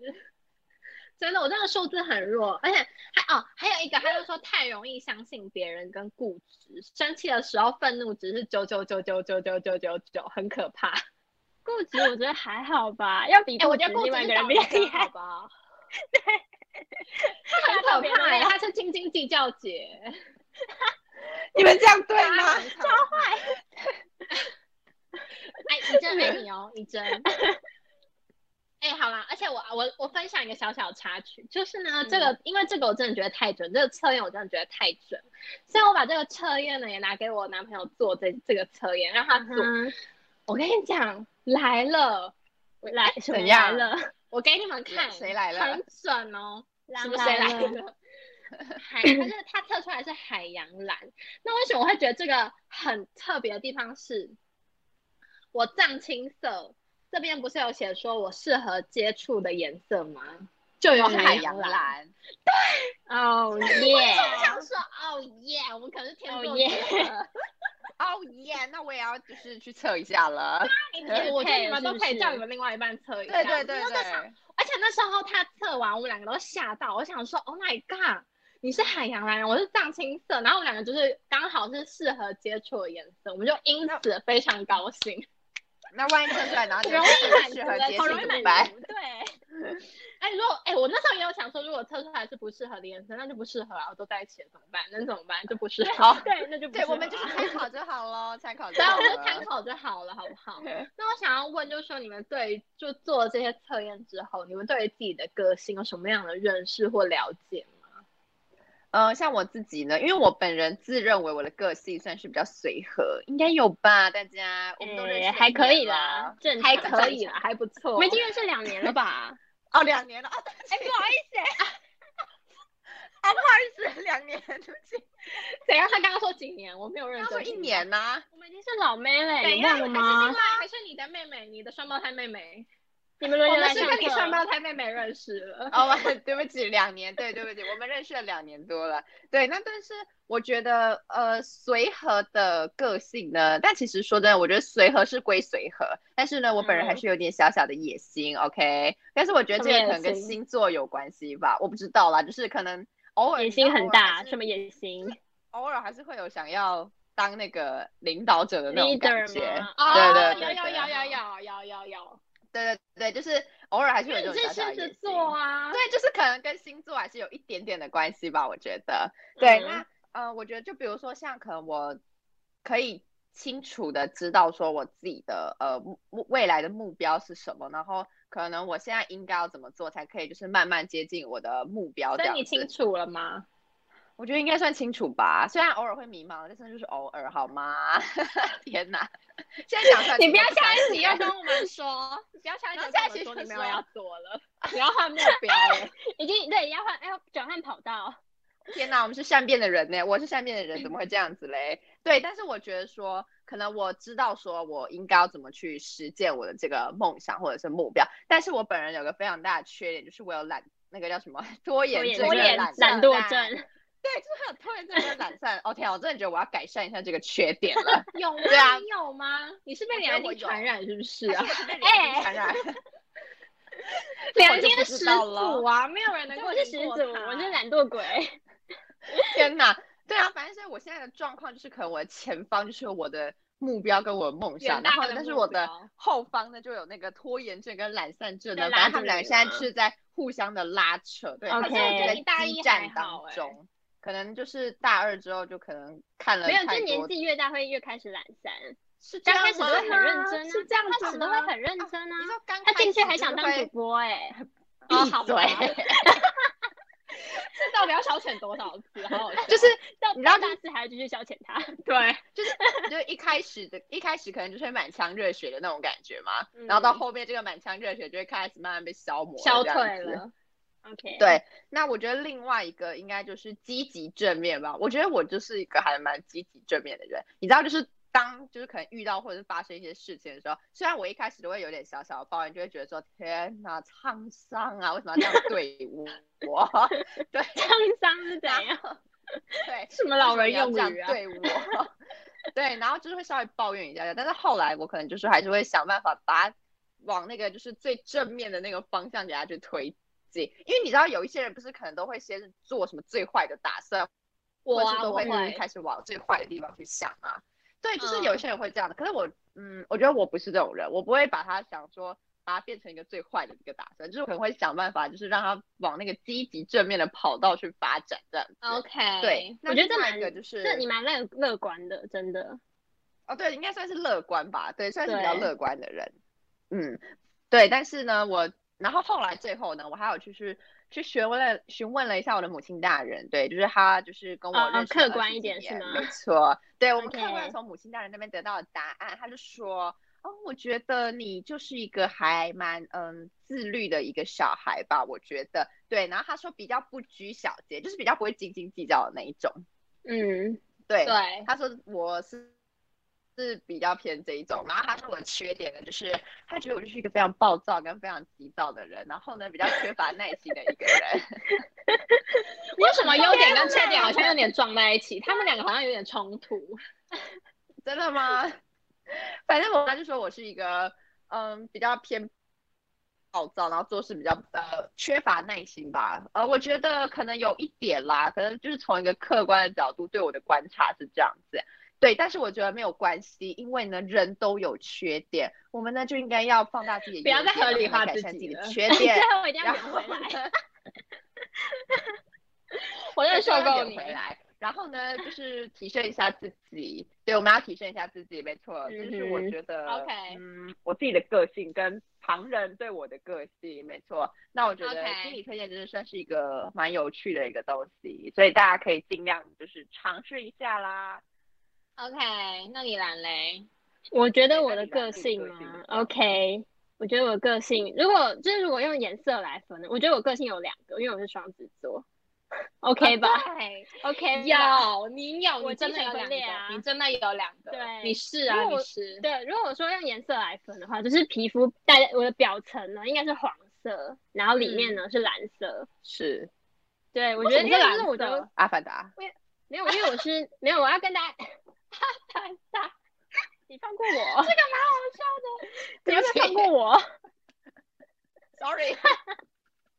Speaker 1: 真的，我真的数字很弱。而且还哦，还有一个，他就说太容易相信别人跟固执，生气的时候愤怒值是九九九九九九九九九，很可怕。
Speaker 3: 固执，我觉得还好吧，要比
Speaker 1: 哎、
Speaker 3: 固
Speaker 1: 我觉
Speaker 3: 执
Speaker 1: 得固
Speaker 3: 另
Speaker 1: 执
Speaker 3: 外一
Speaker 1: 是
Speaker 3: 个
Speaker 1: 找
Speaker 3: 人比
Speaker 1: 人
Speaker 3: 较厉害
Speaker 1: 好。 吧？对，他很可怕耶、他是斤斤计较姐。
Speaker 2: 你们这样对
Speaker 1: 对
Speaker 2: 吗？
Speaker 1: 超坏。哎，一真爱你哦，一真。哎、好啦，而且我我我分享一个小小插曲，就是呢，这个、因为这个我真的觉得太准，这个测验我真的觉得太准，所以我把这个测验呢也拿给我男朋友做这这个测验，让他做。
Speaker 3: 嗯
Speaker 1: 我跟你讲，来了，我
Speaker 3: 来，什么
Speaker 2: 哎怎
Speaker 3: 来
Speaker 2: 样
Speaker 3: 了？
Speaker 1: 我给你们看，
Speaker 2: 谁来了
Speaker 1: 很准哦。
Speaker 3: 狼
Speaker 1: 什么
Speaker 3: 来
Speaker 1: 谁来
Speaker 3: 了？
Speaker 1: 的？海，它是它测出来是海洋蓝。那为什么我会觉得这个很特别的地方是，我藏青色这边不是有写说我适合接触的颜色吗？就有
Speaker 2: 海
Speaker 1: 洋
Speaker 2: 洋蓝，
Speaker 3: 哦耶！
Speaker 1: 我想说，哦耶，我们可能是天
Speaker 3: 哦
Speaker 1: 作
Speaker 3: 耶
Speaker 1: 之合。
Speaker 2: 哦耶！那我也要就是去测一下了。
Speaker 1: 哎我觉得你们
Speaker 3: 是不
Speaker 1: 都可以
Speaker 3: 是
Speaker 1: 叫你们另外一半测一下。
Speaker 2: 对对对
Speaker 1: 我就在想
Speaker 2: 对，
Speaker 1: 而且那时候他测完，我们两个都吓到，我想说，Oh my god！你是海洋蓝人，我是藏青色，然后我们两个就是刚好是适合接触的颜色，我们就因此非常高兴。
Speaker 2: 那万一测出来，然后
Speaker 1: 很
Speaker 2: 就
Speaker 1: 容易满
Speaker 2: 不适合
Speaker 1: 足
Speaker 2: 接
Speaker 1: 好
Speaker 2: 触
Speaker 1: 容易
Speaker 2: 怎么
Speaker 1: 满
Speaker 2: 办？
Speaker 1: 足，对。哎，如果哎，我那时候也有想说，如果测出来是不适合的颜色，那就不适合啊，都在一起了怎么办？能怎么办？就不适 合。
Speaker 3: 对，那就不
Speaker 2: 对，
Speaker 3: 适合
Speaker 2: 我们就是
Speaker 3: 啊
Speaker 2: 参考就好喽，参考就
Speaker 1: 所以
Speaker 2: 好
Speaker 1: 啊我们就参
Speaker 2: 了。
Speaker 1: 考就好了，好不好？那我想要问，就是说你们对于就做了这些测验之后，你们对于自己的个性有什么样的认识或了解吗？
Speaker 2: 呃，像我自己呢，因为我本人自认为我的个性算是比较随和，应该有吧？大家，我们都认识
Speaker 3: 哎
Speaker 2: 了
Speaker 3: 还可以
Speaker 2: 啦
Speaker 3: 啦，，正
Speaker 1: 还
Speaker 3: 常
Speaker 1: 可
Speaker 3: 正
Speaker 1: 以
Speaker 3: 常
Speaker 1: 啦，还不错。
Speaker 3: 我们已经认识两年了吧？
Speaker 2: 哦，两年了，哦，
Speaker 3: 哎，不好意思，
Speaker 2: 哦，不好意思，两年，对不起，
Speaker 1: 怎样？他刚刚说几年？我没有认
Speaker 2: 他说
Speaker 1: 真
Speaker 2: 一
Speaker 1: 听。
Speaker 2: 年呐、
Speaker 3: 我们已经是老妹嘞，
Speaker 1: 怎
Speaker 3: 你
Speaker 1: 样？还
Speaker 3: 忘了
Speaker 1: 是另
Speaker 3: 吗
Speaker 1: 外？还是你的妹妹，你的双胞胎妹妹？
Speaker 3: 你们
Speaker 1: 我
Speaker 3: 轮流
Speaker 1: 们
Speaker 3: 来
Speaker 1: 是
Speaker 3: 上
Speaker 1: 跟你双
Speaker 3: 课。
Speaker 1: 胞胎妹妹认识了。
Speaker 2: 哦，我对不起，两年，对，对不起，我们认识了两年多了。对，那但是我觉得，呃，随和的个性呢，但其实说真的，我觉得随和是归随和，但是呢，我本人还
Speaker 1: 嗯
Speaker 2: 是有点小小的野心、o k 但是我觉得
Speaker 3: 什
Speaker 2: 这
Speaker 3: 么
Speaker 2: 个可
Speaker 3: 野
Speaker 2: 能跟
Speaker 3: 心
Speaker 2: 星座有关系吧，我不知道啦，就是可能偶尔
Speaker 3: 野心很大，什
Speaker 2: 是
Speaker 3: 么野心
Speaker 2: 偶尔还是会有想要当那个领导者的那种感觉
Speaker 3: ？leader。吗？
Speaker 1: 哦，
Speaker 2: 对对
Speaker 1: 有
Speaker 2: 对
Speaker 1: 有
Speaker 2: 对
Speaker 1: 有有有有有有，
Speaker 2: 对对对，就是偶尔还是
Speaker 1: 因
Speaker 2: 有
Speaker 1: 为
Speaker 2: 这
Speaker 1: 你
Speaker 2: 种
Speaker 1: 是
Speaker 2: 小小的
Speaker 1: 狮
Speaker 2: 野
Speaker 1: 子
Speaker 2: 心。
Speaker 1: 座啊。
Speaker 2: 对，就是可能跟星座还是有一点点的关系吧，我觉得。
Speaker 1: 嗯
Speaker 2: 对，那呃，我觉得就比如说像可能我可以清楚的知道说我自己的呃目目未来的目标是什么，然后可能我现在应该要怎么做才可以，就是慢慢接近我的目标这
Speaker 1: 所以
Speaker 2: 样
Speaker 1: 你清
Speaker 2: 子。
Speaker 1: 楚了吗？
Speaker 2: 我觉得应该算清楚吧，虽然偶尔会迷茫，但是就是偶尔好吗？ 天哪！现在想出来
Speaker 1: 你
Speaker 2: 其
Speaker 1: 不
Speaker 2: 实
Speaker 1: 要
Speaker 2: 我
Speaker 1: 下
Speaker 2: 相
Speaker 1: 一
Speaker 2: 信
Speaker 1: 集要
Speaker 2: 欸
Speaker 1: 跟我们 说，你不要下一集要
Speaker 2: 然
Speaker 1: 跟我们说
Speaker 2: 后下一集就
Speaker 1: 你没有
Speaker 2: 说
Speaker 1: 要做 了，你要换目标
Speaker 2: 欸
Speaker 1: 了。
Speaker 3: 已经对，要换要转换跑道。
Speaker 2: 天哪，我们是善变的人呢，我是善变的人，怎么会这样子嘞？对，但是我觉得说，可能我知道说我应该要怎么去实践我的这个梦想或者是目标，但是我本人有个非常大的缺点，就是我有懒，那个叫什么拖延症，
Speaker 3: 拖
Speaker 2: 跟
Speaker 3: 延
Speaker 2: 懒
Speaker 3: 懒
Speaker 2: 散
Speaker 3: 惰，症，
Speaker 2: 对，就是有拖延症跟懒散。哦天啊，我真的觉得我要改善一下这个缺点了。
Speaker 1: 有吗？
Speaker 2: 对啊
Speaker 1: 你有吗？你是被
Speaker 2: 我觉
Speaker 1: 良
Speaker 2: 得我
Speaker 1: 心
Speaker 2: 有
Speaker 1: 传染是不 是 啊？
Speaker 2: 哎，传 染，
Speaker 1: 良
Speaker 2: 我
Speaker 1: 心
Speaker 2: 就不
Speaker 1: 始
Speaker 2: 知道了
Speaker 1: 祖啊，没有人能够
Speaker 3: 我是始
Speaker 1: 赢过
Speaker 3: 祖，
Speaker 1: 他
Speaker 3: 我是懒 惰鬼。
Speaker 2: 天 哪，对啊，反正现在我现在的状况就是，可能我的前方就是我的目标跟我的梦想，
Speaker 1: 远
Speaker 2: 然
Speaker 1: 大
Speaker 2: 后
Speaker 1: 的
Speaker 2: 但是
Speaker 1: 目
Speaker 2: 我的
Speaker 1: 标
Speaker 2: 后方呢就有那个拖延症跟懒散症呢，
Speaker 3: 在
Speaker 2: 反正
Speaker 3: 拉
Speaker 2: 他们两个
Speaker 3: 扯
Speaker 2: 现在
Speaker 3: 你啊
Speaker 2: 是在互相的拉扯，对，他们
Speaker 3: OK
Speaker 2: 在
Speaker 3: 我觉得
Speaker 1: 你大
Speaker 2: 激
Speaker 1: 一还
Speaker 2: 战
Speaker 1: 好
Speaker 2: 当
Speaker 1: 欸
Speaker 2: 中。可能就是大二之后就可能看了
Speaker 3: 没有，
Speaker 2: 太
Speaker 3: 就年
Speaker 2: 多
Speaker 3: 纪越大会越开始懒散，
Speaker 2: 是这
Speaker 3: 刚
Speaker 2: 样
Speaker 3: 开始都
Speaker 2: 吗
Speaker 3: 会很认真
Speaker 1: 是
Speaker 3: 啊，
Speaker 1: 这样
Speaker 3: 刚开
Speaker 1: 子
Speaker 3: 始都
Speaker 1: 吗
Speaker 3: 会很认真啊
Speaker 2: 你。说刚
Speaker 3: 他
Speaker 2: 开
Speaker 3: 进去
Speaker 2: 始
Speaker 3: 还
Speaker 2: 就
Speaker 3: 想
Speaker 2: 是
Speaker 3: 当
Speaker 2: 会
Speaker 3: 主播 哎，
Speaker 2: 闭
Speaker 3: 哦好吧
Speaker 2: 嘴，
Speaker 1: 这到底要消遣多少次？好好笑
Speaker 2: 就是
Speaker 3: 到
Speaker 2: 你知道
Speaker 3: 到
Speaker 2: 就
Speaker 3: 大四还要继续消遣他。
Speaker 1: 对，
Speaker 2: 就一开始的，一开始可能就是会满腔热血的那种感觉嘛，然后到
Speaker 3: 嗯
Speaker 2: 后面这个满腔热血就会开始慢慢被消磨，
Speaker 1: 消
Speaker 2: 这样
Speaker 1: 退
Speaker 2: 子
Speaker 1: 了。
Speaker 3: OK，
Speaker 2: 对，那我觉得另外一个应该就是积极正面吧。我觉得我就是一个还蛮积极正面的人，你知道，就是当就是可能遇到或者是发生一些事情的时候，虽然我一开始都会有点小小的抱怨，就会觉得说天哪，沧桑啊，为什么要这样对我？我 对，
Speaker 3: 沧桑是怎
Speaker 2: 然
Speaker 3: 样？
Speaker 2: 后对，
Speaker 1: 什么
Speaker 2: 为
Speaker 1: 老
Speaker 2: 啊什么
Speaker 1: 人
Speaker 2: 你要这
Speaker 1: 用
Speaker 2: 样
Speaker 1: 语啊？
Speaker 2: 对我， 对，然后就是会稍微抱怨一下下，但是后来我可能就是还是会想办法把它往那个就是最正面的那个方向给他去推进，因为你知道有一些人不是可能都会先做什么最坏的打算，
Speaker 1: 我
Speaker 2: 或是
Speaker 1: 啊，
Speaker 2: 都
Speaker 1: 我
Speaker 2: 会
Speaker 1: 会。
Speaker 2: 开始往最坏的地方去想啊。对，就是有
Speaker 1: 嗯
Speaker 2: 一些人会这样的，可是我，嗯，我觉得我不是这种人，我不会把它想说把它变成一个最坏的一个打算，就是我可能会想办法，就是让它往那个积极正面的跑道去发展这样子。
Speaker 1: OK，
Speaker 2: 对，那
Speaker 3: 我觉得
Speaker 2: 另
Speaker 3: 这
Speaker 2: 外一
Speaker 3: 蛮
Speaker 2: 个就是
Speaker 3: 这你蛮乐乐观的，真的。
Speaker 2: 哦，对，应该算是乐观吧，对，算是比较
Speaker 3: 对
Speaker 2: 乐观的人。嗯，对，但是呢，我然后后来最后呢，我还有就是去询问了询问了一下我的母亲大人，对，就是他就是跟我
Speaker 3: 哦
Speaker 2: 认识
Speaker 3: 客
Speaker 2: 了
Speaker 3: 观
Speaker 2: 20
Speaker 3: 一
Speaker 2: 几
Speaker 3: 点是
Speaker 2: 年
Speaker 3: 吗
Speaker 2: 没错，对我们客观
Speaker 3: OK
Speaker 2: 地从母亲大人那边得到的答案，他就说。哦，我觉得你就是一个还蛮嗯自律的一个小孩吧，我觉得对。然后他说比较不拘小节，就是比较不会斤斤计较的那一种。
Speaker 3: 嗯，
Speaker 2: 对，
Speaker 1: 对，
Speaker 2: 他说我是是比较偏这一种，然后他说我的缺点呢，就是他觉得我就是一个非常暴躁跟非常急躁的人，然后呢比较缺乏耐心的一个人。
Speaker 1: 为什么优点跟缺点好像有点撞在一起？他们两个好像有点冲突。
Speaker 2: 真的 吗？反正我妈就说我是一个嗯比较偏暴躁，然后做事比较呃缺乏耐心吧。呃，我觉得可能有一点啦，可能就是从一个客观的角度对我的观察是这样子。对，但是我觉得没有关系，因为呢，人都有缺点，我们呢就应该要放大自己的优
Speaker 1: 不要
Speaker 2: 点，
Speaker 1: 再合理
Speaker 2: 然后
Speaker 1: 化
Speaker 2: 改
Speaker 1: 自
Speaker 2: 善自
Speaker 1: 己
Speaker 2: 己的
Speaker 1: 了
Speaker 2: 缺点
Speaker 3: 最。后我一定要
Speaker 2: 然
Speaker 3: 圆
Speaker 2: 后
Speaker 3: 回来。
Speaker 2: 呢
Speaker 1: 我真的受够
Speaker 2: 点
Speaker 1: 你。
Speaker 2: 回来。然后呢，就是提升一下自己。对，我们要提升一下自己，没错。这就是我
Speaker 3: 嗯哼
Speaker 2: 觉得
Speaker 1: OK
Speaker 2: 嗯，我自己的个性跟旁人对我的个性，没错。那我觉得
Speaker 1: OK
Speaker 2: 心理推荐真的算是一个蛮有趣的一个东西，所以大家可以尽量就是尝试一下啦。
Speaker 1: OK，那你懒嘞？
Speaker 3: 我
Speaker 2: 对
Speaker 3: 觉得
Speaker 2: 那
Speaker 3: 我的
Speaker 2: 你把
Speaker 3: 个
Speaker 2: 自己
Speaker 3: 性
Speaker 2: 个性
Speaker 3: 嘛
Speaker 2: 说
Speaker 3: ，OK，我觉得我的个性，如果就是如果用颜色来分呢，我觉得我个性有两个，因为我是双子座
Speaker 2: 啊
Speaker 3: ，OK 吧
Speaker 1: 对
Speaker 3: ？OK 吧？
Speaker 1: 有你有，
Speaker 3: 我
Speaker 1: 你真
Speaker 3: 精
Speaker 1: 的
Speaker 3: 神
Speaker 1: 有
Speaker 3: 分
Speaker 1: 两
Speaker 3: 裂啊
Speaker 1: 个，你真的有两个，
Speaker 3: 对
Speaker 1: 你是啊，
Speaker 3: 因为
Speaker 1: 你
Speaker 3: 我
Speaker 1: 是，
Speaker 3: 对，如果说用颜色来分的话，就是皮肤大家我的表层呢应该是黄色，然后里面呢是蓝色。
Speaker 2: 是
Speaker 3: 对，我
Speaker 1: 为
Speaker 3: 觉得
Speaker 1: 什么
Speaker 3: 因
Speaker 1: 是
Speaker 3: 为就
Speaker 1: 蓝
Speaker 3: 是我觉
Speaker 1: 色
Speaker 3: 得
Speaker 2: 阿凡达，
Speaker 3: 没有，因为我是没有，我要跟大家，你放过我，这个
Speaker 2: 对不
Speaker 3: 你要不
Speaker 2: 起
Speaker 3: 要放过我？
Speaker 2: ，sorry，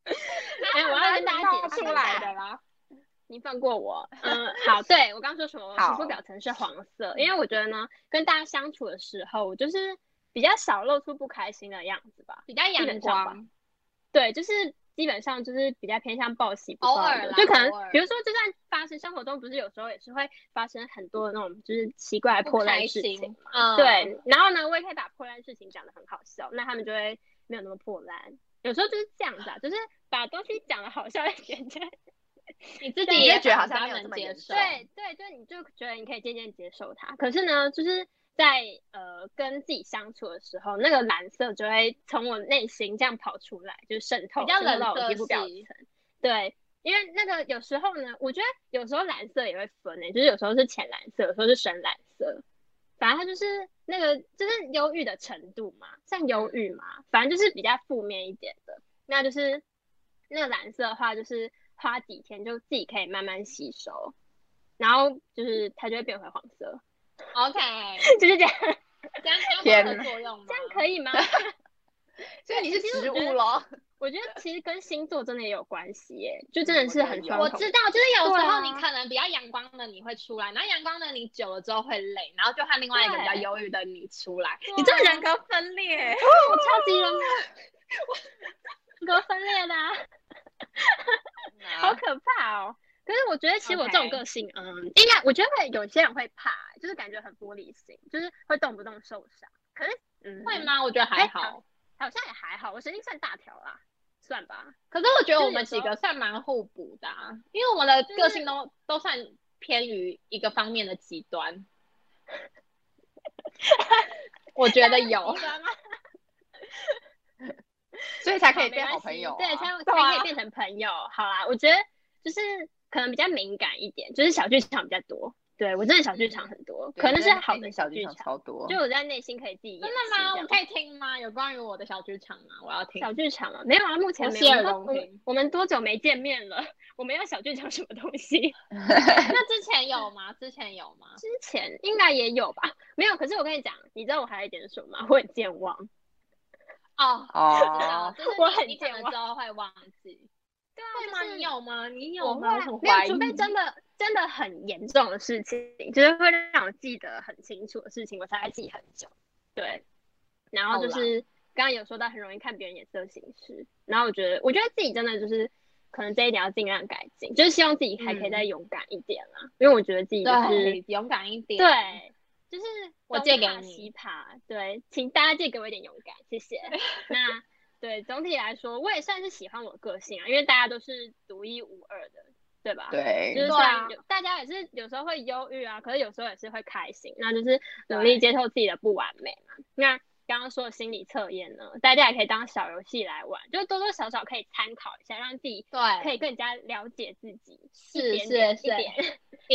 Speaker 3: 哎，我要跟大家解
Speaker 1: 冒
Speaker 3: 释
Speaker 1: 出
Speaker 3: 一
Speaker 1: 来
Speaker 3: 下
Speaker 1: 的啦。
Speaker 3: 你放过我，嗯，好，对我刚说什么？我
Speaker 2: 好
Speaker 3: 皮肤表层是黄色，因为我觉得呢，跟大家相处的时候，我就是比较少露出不开心的样子吧。
Speaker 1: 比较
Speaker 3: 基
Speaker 1: 阳
Speaker 3: 本上吧
Speaker 1: 光，
Speaker 3: 对，就是基本上就是比较偏向报喜不
Speaker 1: 偶
Speaker 3: 报
Speaker 1: 尔
Speaker 3: 忧
Speaker 1: 啦
Speaker 3: 就可能
Speaker 1: 偶尔
Speaker 3: 比如说，就算发生生活中，不是有时候也是会发生很多的那种就是奇怪的
Speaker 1: 不
Speaker 3: 破
Speaker 1: 开
Speaker 3: 烂事
Speaker 1: 心
Speaker 3: 情。，
Speaker 1: 嗯，
Speaker 3: 对，然后呢，我也可以把破烂事情讲得很好笑，那他们就会没有那么破烂。有时候就是这样子啊，就是把东西讲得好笑一点点。
Speaker 1: 你自
Speaker 3: 对
Speaker 1: 己
Speaker 3: 你
Speaker 1: 也
Speaker 2: 就觉得好
Speaker 1: 比
Speaker 2: 像
Speaker 1: 较
Speaker 2: 没有这
Speaker 1: 能
Speaker 2: 么
Speaker 1: 接
Speaker 2: 严
Speaker 1: 受，
Speaker 2: 重
Speaker 3: 对对，就你就觉得你可以渐渐接受它。可是呢，就是在呃跟自己相处的时候，那个蓝色就会从我内心这样跑出来，就是渗透
Speaker 1: 比较
Speaker 3: 渗透
Speaker 1: 冷
Speaker 3: 到我
Speaker 1: 色
Speaker 3: 皮肤表
Speaker 1: 系
Speaker 3: 层。对，因为那个有时候呢，我觉得有时候蓝色也会分诶、欸就是有时候是浅蓝色，有时候是深蓝色。反正它就是那个，就是忧郁的程度嘛，算忧郁嘛，反正就是比较负面一点的。那就是那个蓝色的话，就是花几天就自己可以慢慢吸收，然后就是它就会变回黄色，
Speaker 1: ，OK，
Speaker 3: 就是这样，
Speaker 1: 这样这
Speaker 2: 天
Speaker 1: 样
Speaker 2: 哪
Speaker 1: 有作用吗？
Speaker 3: 这样可 以吗？
Speaker 2: 所以你是
Speaker 3: 其实我
Speaker 2: 植
Speaker 3: 觉
Speaker 2: 物
Speaker 3: 得
Speaker 2: 喽。
Speaker 3: 我觉得其实跟星座真的也有关系耶，就真的是很双
Speaker 1: 我
Speaker 3: 重
Speaker 1: 知道，就是有时
Speaker 3: 对
Speaker 1: 候
Speaker 3: 啊
Speaker 1: 你可能比较阳光的你会出来，然后阳光的你久了之后会累，然后就换另外一个比较
Speaker 3: 对
Speaker 1: 忧郁的你出来
Speaker 3: 对，
Speaker 1: 你这
Speaker 3: 啊
Speaker 1: 人格分裂。
Speaker 3: 我超级人格，人格分裂的啊、 好可怕哦！可是我觉得，其实我这种
Speaker 1: OK
Speaker 3: 个性嗯，应该我觉得会有些人会怕，就是感觉很玻璃心，就是会动不动受伤。可是，嗯，
Speaker 1: 会？吗？我觉得还
Speaker 3: 哎
Speaker 1: 好
Speaker 3: 好，好像也还好，我神经算大条啦，算吧。
Speaker 1: 可是我觉得
Speaker 3: 就
Speaker 1: 我
Speaker 3: 有
Speaker 1: 们
Speaker 3: 时
Speaker 1: 几
Speaker 3: 候
Speaker 1: 个算蛮互补的、啊，因为我们的
Speaker 3: 就
Speaker 1: 个
Speaker 3: 是
Speaker 1: 性都都算偏于一个方面的极端。我觉得有
Speaker 3: 极，端吗
Speaker 2: 所以才可
Speaker 3: 好
Speaker 2: 以
Speaker 3: 没
Speaker 2: 变
Speaker 3: 关
Speaker 2: 好朋
Speaker 3: 系
Speaker 2: 友啊。
Speaker 3: 对，才有才
Speaker 1: 对
Speaker 3: 可以
Speaker 1: 啊
Speaker 3: 变成朋友。好啦，我觉得就是可能比较敏感一点，就是小剧场比较多。对我真的小剧场很多，
Speaker 2: 对
Speaker 3: 可能
Speaker 2: 真
Speaker 3: 是
Speaker 2: 是
Speaker 3: 好
Speaker 2: 你
Speaker 3: 的
Speaker 2: 小剧
Speaker 3: 剧
Speaker 2: 场超多。
Speaker 3: 就我在内心可以自己演
Speaker 1: 真
Speaker 3: 戏
Speaker 1: 的吗？
Speaker 3: 这
Speaker 1: 我
Speaker 3: 样
Speaker 1: 可以听吗？有关于我的小剧场吗？我要听。
Speaker 3: 小剧场啊，没有啊，目前
Speaker 1: 我
Speaker 3: 没
Speaker 1: 洗
Speaker 3: 有。
Speaker 1: 耳
Speaker 3: 我们
Speaker 1: 恭
Speaker 3: 我
Speaker 1: 听
Speaker 3: 们我们多久没见面了？ 我们要小剧场什么东西？
Speaker 1: 那之前有吗？之前有吗？
Speaker 3: 之前应该也有吧？没有。可是我跟你讲，你知道我还有一点什么吗？我很健忘。
Speaker 1: 哦，知道，
Speaker 2: 哦，
Speaker 1: 就是
Speaker 3: 我
Speaker 1: 你
Speaker 3: 很
Speaker 1: 你可能
Speaker 3: 健忘
Speaker 1: 之后会忘记。
Speaker 3: 对啊
Speaker 1: 会吗？你有吗？你有
Speaker 3: 我
Speaker 1: 吗？我
Speaker 3: 会
Speaker 1: 很
Speaker 3: 没有
Speaker 1: 怀疑。
Speaker 3: 除非真的真的很严重的事情，就是会让我记得很清楚的事情，我才会记很久。对，然后就
Speaker 1: 好啦
Speaker 3: 是刚刚有说到很容易看别人眼色行事，然后我觉得我觉得自己真的就是可能这一点要尽量改进，就是希望自己还可以再勇敢一点啦，因为我觉得自己就是
Speaker 1: 嗯对，勇敢一点。
Speaker 3: 对，就是
Speaker 1: 我
Speaker 3: 东
Speaker 1: 借给
Speaker 3: 怕
Speaker 1: 你
Speaker 3: 西怕，对，请大家借给我一点勇敢，谢谢。那对总体来说，我也算是喜欢我个性啊，因为大家都是独一无二的，对吧？就
Speaker 2: 对，
Speaker 3: 是
Speaker 1: 对
Speaker 3: 虽然
Speaker 1: 啊
Speaker 3: 有、大家也是有时候会忧郁啊，可是有时候也是会开心，那就是努力接受自己的不完美嘛。那刚刚说的心理测验呢，大家也可以当小游戏来玩，就多多少少可以参考一下，让自己
Speaker 1: 对，
Speaker 3: 可以更加了解自己，
Speaker 1: 是
Speaker 3: 一点
Speaker 1: 是
Speaker 3: 点 一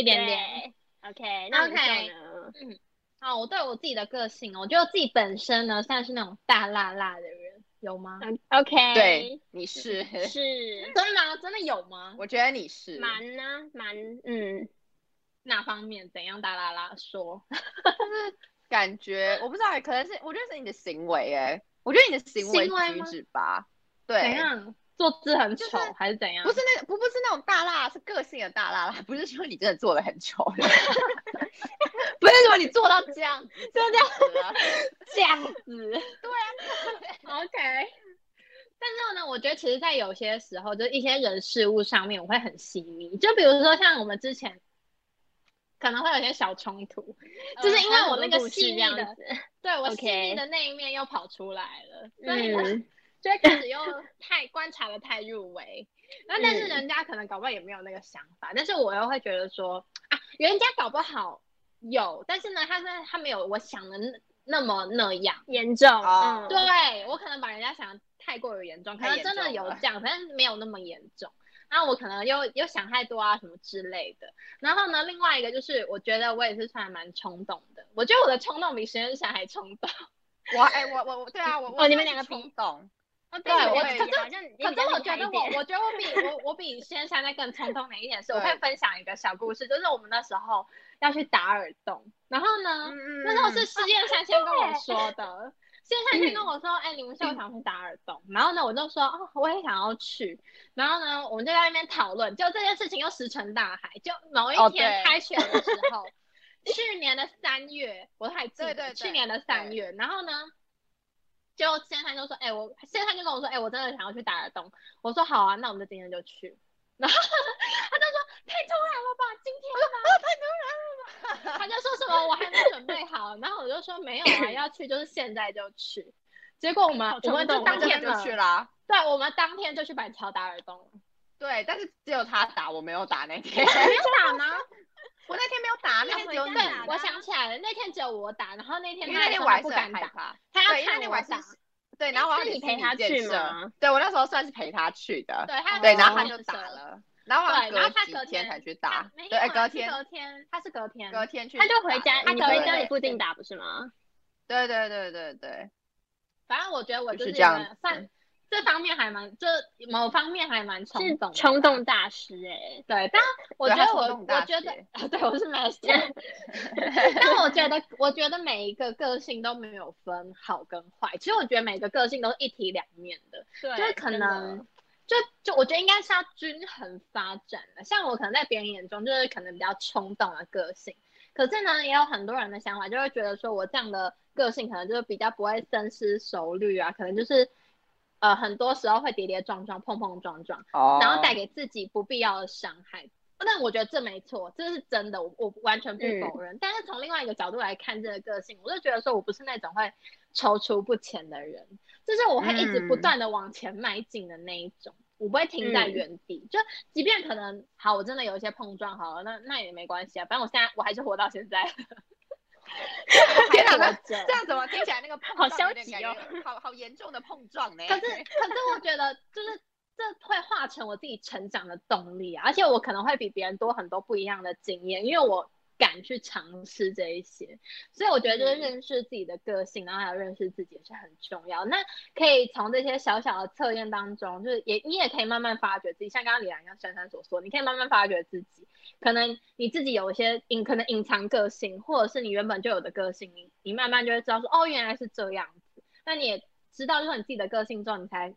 Speaker 1: 一
Speaker 3: 点 一
Speaker 1: 点点。。
Speaker 3: 对 OK，那你
Speaker 1: OK
Speaker 3: 呢？
Speaker 1: 啊，我对我自己的个性哦，我觉得我自己本身呢，算是那种大辣辣的人，有吗？
Speaker 3: 嗯，OK，
Speaker 2: 对，，你是，
Speaker 3: 是
Speaker 1: 真的吗？真的有吗？
Speaker 2: 我觉得你是，
Speaker 3: 蛮呢，蛮嗯，
Speaker 1: 哪方面？怎样大辣辣说？
Speaker 2: 欸感觉我不知道，可能是我觉得是你的行为哎，我觉得你的行为
Speaker 1: 行为
Speaker 2: 举
Speaker 1: 吗
Speaker 2: 止吧，
Speaker 1: 怎
Speaker 2: 对，
Speaker 1: 样？坐姿很
Speaker 2: 就
Speaker 1: 丑
Speaker 2: 是
Speaker 1: 还是怎样？
Speaker 2: 不是那不不是那种大辣，是个性的大辣啦，不是说你真的做的 很丑，不是说你做到这样，就这样子啊。
Speaker 3: 这样
Speaker 1: 嗯
Speaker 3: 子。
Speaker 1: OK，但是呢，我觉得其实，在有些时候，就是一些人事物上面，我会很细腻。就比如说，像我们之前可能会有一些小冲突，就是因为我那个细
Speaker 3: 这
Speaker 1: 腻
Speaker 3: 样
Speaker 1: 的，
Speaker 3: 子，
Speaker 1: 对我细
Speaker 3: OK
Speaker 1: 腻的那一面又跑出来了， 所以呢，
Speaker 3: 嗯，
Speaker 1: 就会开始又太观察的太入微。那但是
Speaker 3: 嗯
Speaker 1: 人家可能搞不好也没有那个想法，但是我又会觉得说啊，人家搞不好有，但是呢，他是他没有我想的那那么那样。
Speaker 3: 严重，
Speaker 2: 哦
Speaker 3: 嗯，
Speaker 1: 对我可能把人家想得太过于严重，
Speaker 3: 啊
Speaker 1: 可
Speaker 2: 太
Speaker 1: 能
Speaker 2: 严
Speaker 1: 真的
Speaker 2: 重
Speaker 1: 有
Speaker 2: 了
Speaker 1: 这样，但是没有那么严重。然后我可能又又想太多啊什么之类的。然后呢，另外一个就是我觉得我也是算蛮冲动的，我觉得我的冲动比实验室还冲动。
Speaker 2: 我哎、我我我对啊，我我
Speaker 3: 哦你们
Speaker 2: 真的
Speaker 3: 两
Speaker 2: 是
Speaker 3: 个比
Speaker 2: 冲动，
Speaker 3: 哦
Speaker 1: 啊对
Speaker 3: 对，
Speaker 1: 我
Speaker 3: 也
Speaker 1: 可是
Speaker 3: 好像也比
Speaker 1: 可
Speaker 3: 较
Speaker 1: 是我
Speaker 3: 厉
Speaker 1: 觉
Speaker 3: 害
Speaker 1: 得
Speaker 3: 一
Speaker 1: 我
Speaker 3: 点，
Speaker 1: 我觉得我比我我比实验室在更冲动的一点是，我可以
Speaker 2: 对
Speaker 1: 分享一个小故事，就是我们那时候要去打耳洞，然后呢，
Speaker 2: 嗯
Speaker 1: 那时候是施建山先跟我说的，施建山先
Speaker 3: 嗯
Speaker 1: 跟我说，哎、你们下午想去打耳洞，然后呢，我就说，哦，我也想要去，然后呢，我们就在那边讨论，就这件事情又石沉大海，就某
Speaker 2: 哦
Speaker 1: 一天
Speaker 2: 对
Speaker 1: 开学的 时候，去年的三月，我还记得，
Speaker 2: 对对对
Speaker 1: 去年的三月，然后呢。就先生就说：“哎、我先生就跟我说，哎、我真的想要去打耳洞。”我说：“好啊，那我们就今天就去。”然后 他就说：“太突然了吧，今天吗？ 他就说什么我还没准备好，然后我就说没有 啊，要去就是现在就去。结果我们嗯
Speaker 3: 好
Speaker 1: 我
Speaker 3: 冲
Speaker 1: 们
Speaker 3: 动
Speaker 1: 就
Speaker 3: 哦
Speaker 1: 当
Speaker 2: 当
Speaker 1: 天
Speaker 2: 天就去
Speaker 1: 了，
Speaker 2: 啦。
Speaker 1: 对，我们当天就去板桥打耳洞了。
Speaker 2: 对，但是只有他打，我没有打那天，
Speaker 1: 没有打吗？
Speaker 2: 我那天没有打，那
Speaker 3: 要
Speaker 2: 天只
Speaker 3: 回
Speaker 2: 有
Speaker 3: 家
Speaker 2: 你
Speaker 3: 打的啊
Speaker 1: 对，我想起来了，那天只有我打，然后那天
Speaker 2: 因为
Speaker 1: 他
Speaker 2: 那天
Speaker 1: 说
Speaker 2: 我还
Speaker 1: 他
Speaker 2: 是
Speaker 1: 不
Speaker 2: 很
Speaker 1: 敢
Speaker 2: 害
Speaker 1: 打，
Speaker 2: 怕。
Speaker 1: 他
Speaker 2: 对，
Speaker 1: 要
Speaker 2: 因为那
Speaker 1: 看
Speaker 2: 天
Speaker 1: 我
Speaker 2: 晚上哎
Speaker 1: 打，
Speaker 2: 是，对，然后我
Speaker 3: 是
Speaker 2: 要
Speaker 3: 你陪他去
Speaker 2: 嘛。
Speaker 3: 吗？
Speaker 2: 对，我那时候算是陪他去的，
Speaker 1: 对，他
Speaker 2: 哦对，啊
Speaker 1: 有
Speaker 2: 然后
Speaker 1: 跟
Speaker 2: 他
Speaker 1: 我
Speaker 2: 就
Speaker 1: 说
Speaker 2: 打。了，然后好像
Speaker 1: 对，然后他
Speaker 2: 隔
Speaker 1: 隔
Speaker 2: 几天才去
Speaker 1: 他
Speaker 2: 打
Speaker 1: 没，有
Speaker 2: 对，哎
Speaker 1: 啊
Speaker 2: 隔
Speaker 1: 是
Speaker 2: 天
Speaker 1: 隔天，他是隔天，
Speaker 2: 隔天去打
Speaker 3: 他
Speaker 2: 的，
Speaker 3: 就回家，
Speaker 1: 他
Speaker 3: 你
Speaker 1: 隔
Speaker 3: 回
Speaker 1: 天
Speaker 3: 家
Speaker 1: 就
Speaker 3: 里
Speaker 1: 去
Speaker 3: 附近打不是吗？
Speaker 2: 对对对对对，
Speaker 1: 反正我觉得我
Speaker 2: 就是
Speaker 1: 是
Speaker 2: 这样子
Speaker 1: 算这方面还蛮，就某方面还蛮
Speaker 3: 是
Speaker 1: 冲动的，
Speaker 3: 冲动大师哎，
Speaker 1: 对， 但我
Speaker 2: 对
Speaker 1: 觉
Speaker 2: 他
Speaker 1: 得
Speaker 2: 冲
Speaker 1: 我
Speaker 2: 动
Speaker 1: 我
Speaker 2: 大
Speaker 1: 觉得
Speaker 2: 学
Speaker 1: 对我是 master，但我觉得我觉得每一个个性都没有分好跟坏，其实我觉得每个个性都是一体两面的，
Speaker 3: 对
Speaker 1: 就是可能。就就我觉得应该是要均衡发展的，像我可能在别人眼中就是可能比较冲动的个性，可是呢，也有很多人的想法就会觉得说我这样的个性可能就是比较不会深思熟虑啊，可能就是呃很多时候会跌跌撞撞、碰碰撞撞，
Speaker 2: 哦，
Speaker 1: 然后 带给自己不必要的伤害。但我觉得这没错，这是真的，我我完全不否
Speaker 2: 嗯
Speaker 1: 认。但是从另外一个角度来看这个个性，我就觉得说我不是那种会踌躇不前的人，就是我会一直不
Speaker 2: 嗯
Speaker 1: 断的往前迈进的那一种，我不会停在
Speaker 3: 嗯
Speaker 1: 原地。就即便可能好，我真的有一些碰撞，好了，那那也没关系啊，反正我现在我还是活到现在。
Speaker 2: 天哪，
Speaker 1: 还
Speaker 2: 那
Speaker 1: 活着
Speaker 2: 这样怎么听起来那个碰
Speaker 3: 好
Speaker 2: 撞
Speaker 3: 消
Speaker 2: 有点
Speaker 3: 极
Speaker 2: 感
Speaker 3: 哦
Speaker 2: 觉好好严重的碰撞呢？
Speaker 1: 可是，可是我觉得就是这会化成我自己成长的动力啊，而且我可能会比别人多很多不一样的经验，因为我敢去尝试这一些，所以我觉得就是
Speaker 3: 嗯
Speaker 1: 认识自己的个性，然后还有认识自己也是很重要。那可以从这些小小的测验当中，就是也你也可以慢慢发掘自己，像刚刚李兰跟珊珊所说，你可以慢慢发掘自己，可能你自己有一些隐可能隐藏个性，或者是你原本就有的个性，你你慢慢就会知道说哦原来是这样子，那你也知道就是你自己的个性之后，你才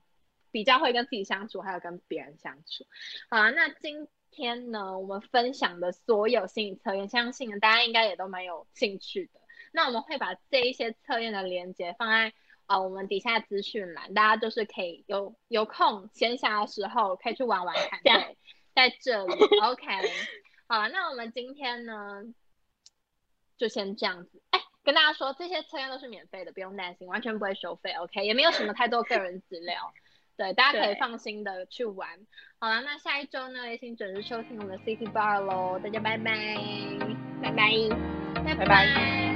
Speaker 1: 比较会跟自己相处，还有跟别人相处。好啊，那今天呢，我们分享的所有心理测验，相信大家应该也都蛮有兴趣的。那我们会把这一些测验的连接放在啊、呃我们底下资讯栏，大家就是可以有有空闲暇的时候可以去玩玩看。
Speaker 3: 这样
Speaker 1: 对，在这 里，OK。好啊，那我们今天呢就先这样子。哎，跟大家说，这些测验都是免费的，不用担心，完全不会收费，OK，也没有什么太多个人资料。对，大家可以
Speaker 3: 对
Speaker 1: 放心的去玩。好了，那下一周呢，也请准时收听我们的 City Bar 喽，大家拜拜，
Speaker 3: 拜拜。
Speaker 1: 拜
Speaker 2: 拜
Speaker 1: 拜